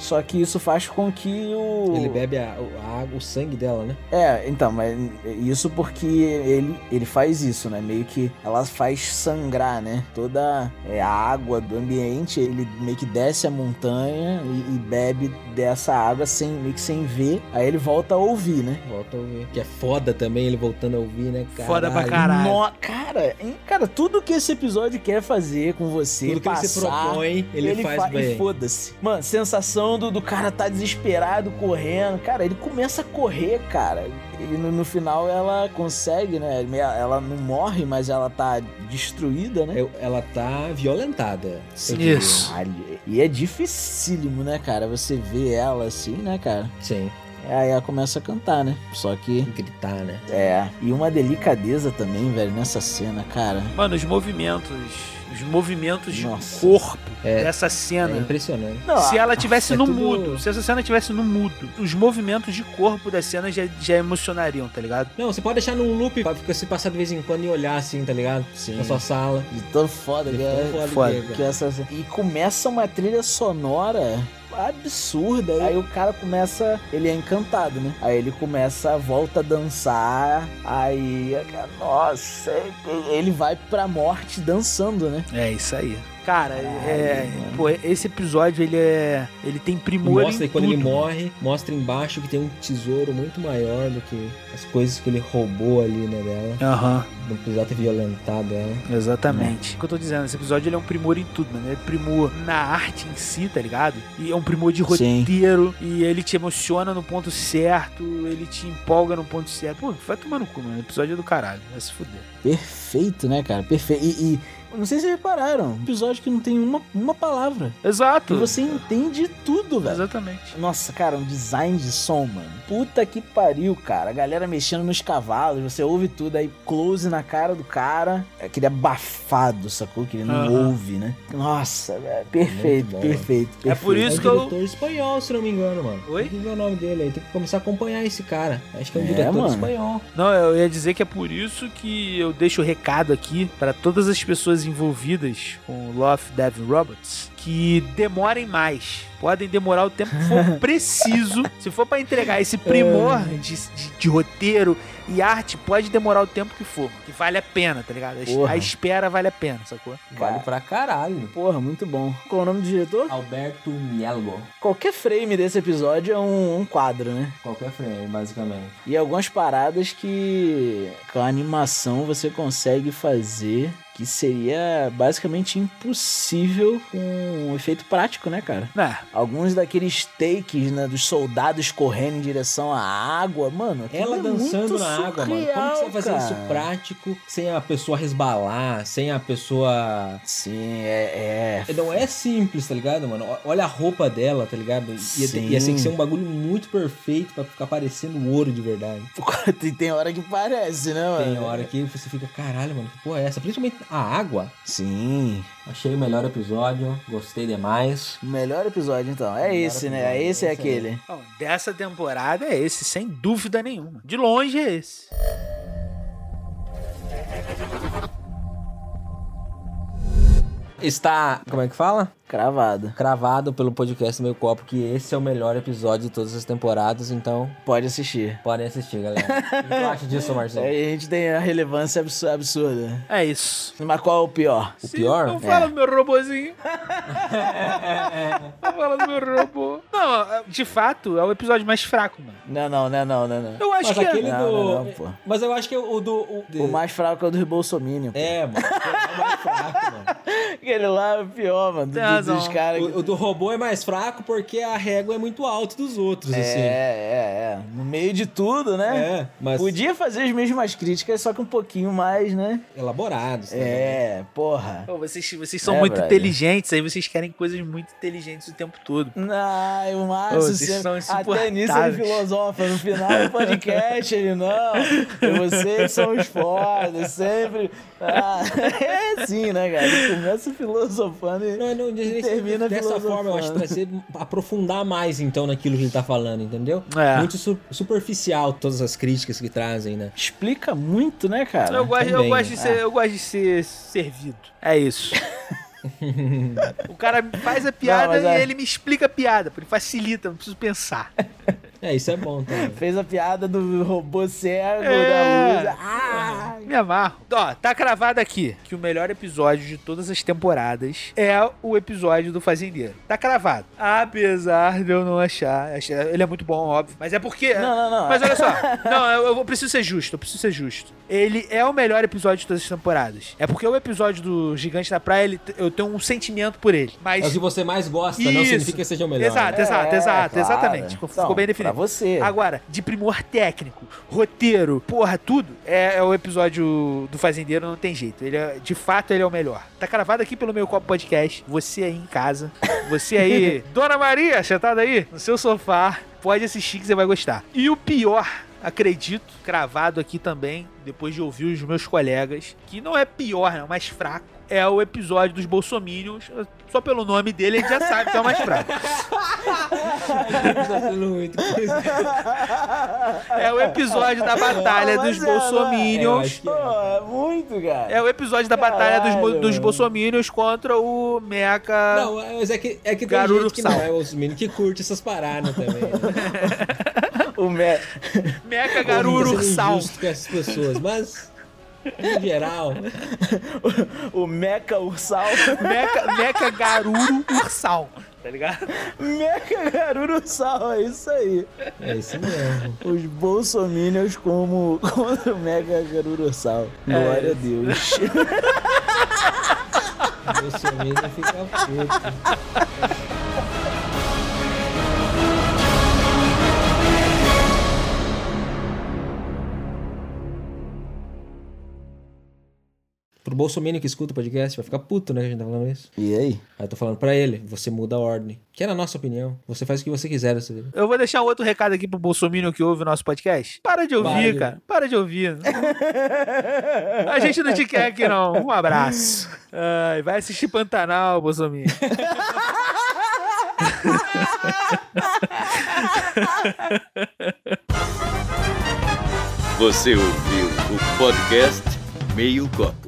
Só que isso faz com que o.
Ele bebe a, a água, o sangue dela, né?
É, então, mas isso porque ele, ele faz isso, né? Meio que ela faz sangrar, né? Toda é, a água do ambiente, ele meio que desce a montanha e, e bebe dessa água sem, meio que sem ver. Aí ele volta a ouvir, né?
Volta a ouvir. Que é foda também ele voltando a ouvir, né? Caralho.
Foda pra caralho.
No- cara, hein? cara, tudo que esse episódio quer fazer com você,
Tudo que
passar,
ele se propõe, ele, faz
fa-
bem.
E foda-se. Mano, sensação do, do cara tá desesperado, correndo. Cara, ele começa a correr, cara. E no, no final ela consegue, né? Me- Ela não morre, mas ela tá destruída, né?
Eu- ela tá violentada. eu
Sim.
diria.
Isso.
Caralho. E é dificílimo, né, cara? Você vê ela assim, né, cara?
Sim.
Aí ela começa a cantar, né? Só que.
Gritar, né?
É. E uma delicadeza também, velho, nessa cena, cara.
Mano, os movimentos. Os movimentos de
Nossa.
corpo
É.
dessa
É
cena.
impressionante.
Não, ah,
se
a-
ela tivesse
é
no
tudo-
mudo, se essa cena tivesse no mudo, os movimentos de corpo da cena já, já emocionariam, tá ligado?
Não, você pode deixar num loop pra ficar- se passar de vez em quando e olhar assim, tá ligado?
Sim.
Na sua sala.
De tão foda
De
que
tão
é.
foda que
foda
é, cara.
que é essa- E começa uma trilha sonora absurda. Aí o cara começa. Ele é encantado, né? Aí ele começa, volta a dançar. Aí. Nossa. Ele vai pra morte dançando, né?
É isso aí. Cara, é,
Caralho, mano.
pô, esse episódio ele é, ele tem
E
primor
mostra
em
que quando
tudo.
ele morre, mostra embaixo que tem um tesouro muito maior do que as coisas que ele roubou ali, né, dela.
Aham,
Não precisava ter violentado ela.
exatamente. O que eu tô dizendo, esse episódio ele é um primor em tudo, mano. Ele é primor na arte em si, tá ligado? E é um primor de
Sim.
roteiro. E ele te emociona no ponto certo, ele te empolga no ponto certo. Pô, vai tomar no cu, mano. O episódio é do caralho. Vai se fuder.
Perfeito, né, cara? Perfeito. E. e- Não sei se vocês repararam. Episódio que não tem uma, uma palavra. E
Exato.
você entende tudo, velho.
Exatamente.
Nossa, cara, um design de som, mano. Puta que pariu, cara. A galera mexendo nos cavalos, você ouve tudo aí, close na cara do cara. É Aquele abafado, sacou? Que ele não
Aham.
ouve, né? Nossa, velho. Perfeito,
Muito bom.
perfeito, perfeito.
É por
É um
isso que eu.
diretor espanhol, se não me engano, mano.
Oi?
Tem que ver o nome dele aí. Tem que começar a acompanhar esse cara. Acho que é um
É,
diretor
mano.
espanhol.
Não, eu ia dizer que é por isso que eu deixo o recado aqui pra todas as pessoas envolvidas com o Love, Dev Robots que demorem mais. Podem demorar o tempo que for preciso. Se for pra entregar esse primor de, de- de roteiro e arte, pode demorar o tempo que for. Que vale a pena, tá ligado? A, es-
Porra.
a espera vale a pena, sacou?
Vale pra caralho.
Porra, muito bom. Qual é o nome do diretor?
Alberto Mielgo.
Qualquer frame desse episódio é um, um quadro, né?
Qualquer frame, basicamente.
E algumas paradas que com a animação você consegue fazer que seria basicamente impossível com um efeito prático, né, cara?
Né?
Alguns daqueles takes, né? Dos soldados correndo em direção à água, mano. aquilo
Ela
é
dançando
muito
na água, mano. Como
surreal,
que você vai fazer
cara?
isso prático sem a pessoa resbalar, sem a pessoa.
Sim, é. é.
Não é simples, tá ligado, mano? O- Olha a roupa dela, tá ligado? Ia, ter,
Sim.
ia ter que ser um bagulho muito perfeito pra ficar parecendo ouro de verdade.
Tem- Tem hora que parece, né, mano?
Tem hora que você fica, caralho, mano, que porra é essa? Principalmente a água.
Sim.
Achei o melhor episódio, gostei demais.
Melhor episódio, então. É
Melhor
esse, né? É
episódio,
esse, é
esse aí.
aquele.
Bom, dessa temporada é esse, sem dúvida nenhuma. De longe é esse.
Está, como é que fala?
Cravado.
Cravado pelo podcast Meio Copo que esse é o melhor episódio de todas as temporadas, então
Pode assistir.
podem assistir, galera. O que tu acha disso, Marcelo?
Aí a gente tem a relevância absu- absurda.
É isso.
Mas qual é o pior?
O pior?
Não fala, meu robozinho. fala do meu robô. Não, de fato, é o episódio mais fraco, mano.
Não, não, não, não, não, não.
Eu acho
Mas
que é-
aquele
Não,
do.
não, não, pô.
Mas eu acho que o do. O,
O mais fraco é o do Bolsominion. pô.
É, mano. É o mais fraco, mano.
Aquele lá é o pior, mano. Do,
Tem
do,
razão.
dos caras. que-
O, o do robô é mais fraco porque a régua é muito alta dos outros, assim.
É, é, é. No meio de tudo, né?
É, mas
Podia fazer as mesmas críticas, só que um pouquinho mais, né?
elaborados. né?
É, porra.
Pô, vocês, vocês são
É,
muito
brother.
inteligentes, aí vocês querem coisas muito inteligentes o tempo todo.
Ai, o
Ô,
Márcio,
vocês
você-
são
até
insuportáveis.
nisso ele filosofa. No final do podcast, ele não. Vocês são os fodas, sempre. Ah, é assim, né, cara? Ele começa filosofando e.
Não, não,
E
nem-
termina
dessa
filosofando.
forma, eu acho que vai ser aprofundar mais então naquilo que ele tá falando, entendeu?
É.
Muito su- superficial todas as críticas que trazem, né?
Explica muito, né, cara?
Eu gosto, eu
também,
gosto
né?
de ser, eu gosto de ser servido. É isso. o cara faz a piada
mas
e
é-
ele me explica a piada, porque facilita, não preciso pensar.
É, isso é bom também.
Fez a piada do robô cego,
É.
da luz. Ah!
Me amarro. Ó, tá cravado aqui que o melhor episódio de todas as temporadas é o episódio do Fazendeiro. Tá cravado. Apesar de eu não achar. achar- Ele é muito bom, óbvio. Mas é porque.
Não, não, não.
Mas olha só. não, eu, eu vou- preciso ser justo, eu preciso ser justo. Ele é o melhor episódio de todas as temporadas. É porque o episódio do Gigante da Praia, ele- eu tenho um sentimento por ele.
É o
Mas.
que você mais gosta, não
Isso.
significa que seja o melhor.
Exato, exato,
É,
exato,
claro.
exatamente. Ficou
Então,
bem definido. Ah,
Pra você.
Agora, de primor técnico, roteiro, porra, tudo, é, é o episódio do Fazendeiro, não tem jeito. Ele é- de fato, ele é o melhor. Tá cravado aqui pelo meu copo podcast. Você aí em casa, você aí, Dona Maria, sentada aí no seu sofá, pode assistir que você vai gostar. E o pior, acredito, cravado aqui também, depois de ouvir os meus colegas, que não é pior, né, é o mais fraco. É o episódio dos Bolsominions. Só pelo nome dele a gente já sabe que é o mais fraco.
Tá sendo muito coisa.
Ah!
É o episódio da batalha
Não,
dos
mas é, não é.
Eu
Bolsominions.
acho que
Pô,
é.
é muito, cara.
É o episódio da batalha dos, bo-
Caralho,
dos
mano.
bolsominions contra o Mecha.
Não, mas é que, é que tem
Garoto
gente que
sal.
não é os meninos que curte essas paradas também. Né?
O Mé.
Mecha
Tá
Garuru
sendo
Ursal.
injusto com essas pessoas, mas em geral,
O Meca Ursal.
Mecha, Mecha Garuru Ursal. Tá ligado?
Meca Garuru Ursal, é isso aí.
é isso mesmo.
Os bolsominions como contra o Mega Garuru Ursal. Glória a Deus.
Meu sorriso fica puto. Pro Bolsonaro que escuta o podcast, vai ficar puto, né? que A gente tá falando isso.
E aí?
Aí eu tô falando pra ele, você muda a ordem. Que é na nossa opinião. Você faz o que você quiser dessa vida.
Eu vou deixar um outro recado aqui pro bolsominion que ouve o nosso podcast. Para de ouvir,
Vale.
cara. Para de ouvir. A gente não te quer aqui, não. Um abraço. Ai, vai assistir Pantanal, bolsominion.
Você ouviu o podcast Meio Copo.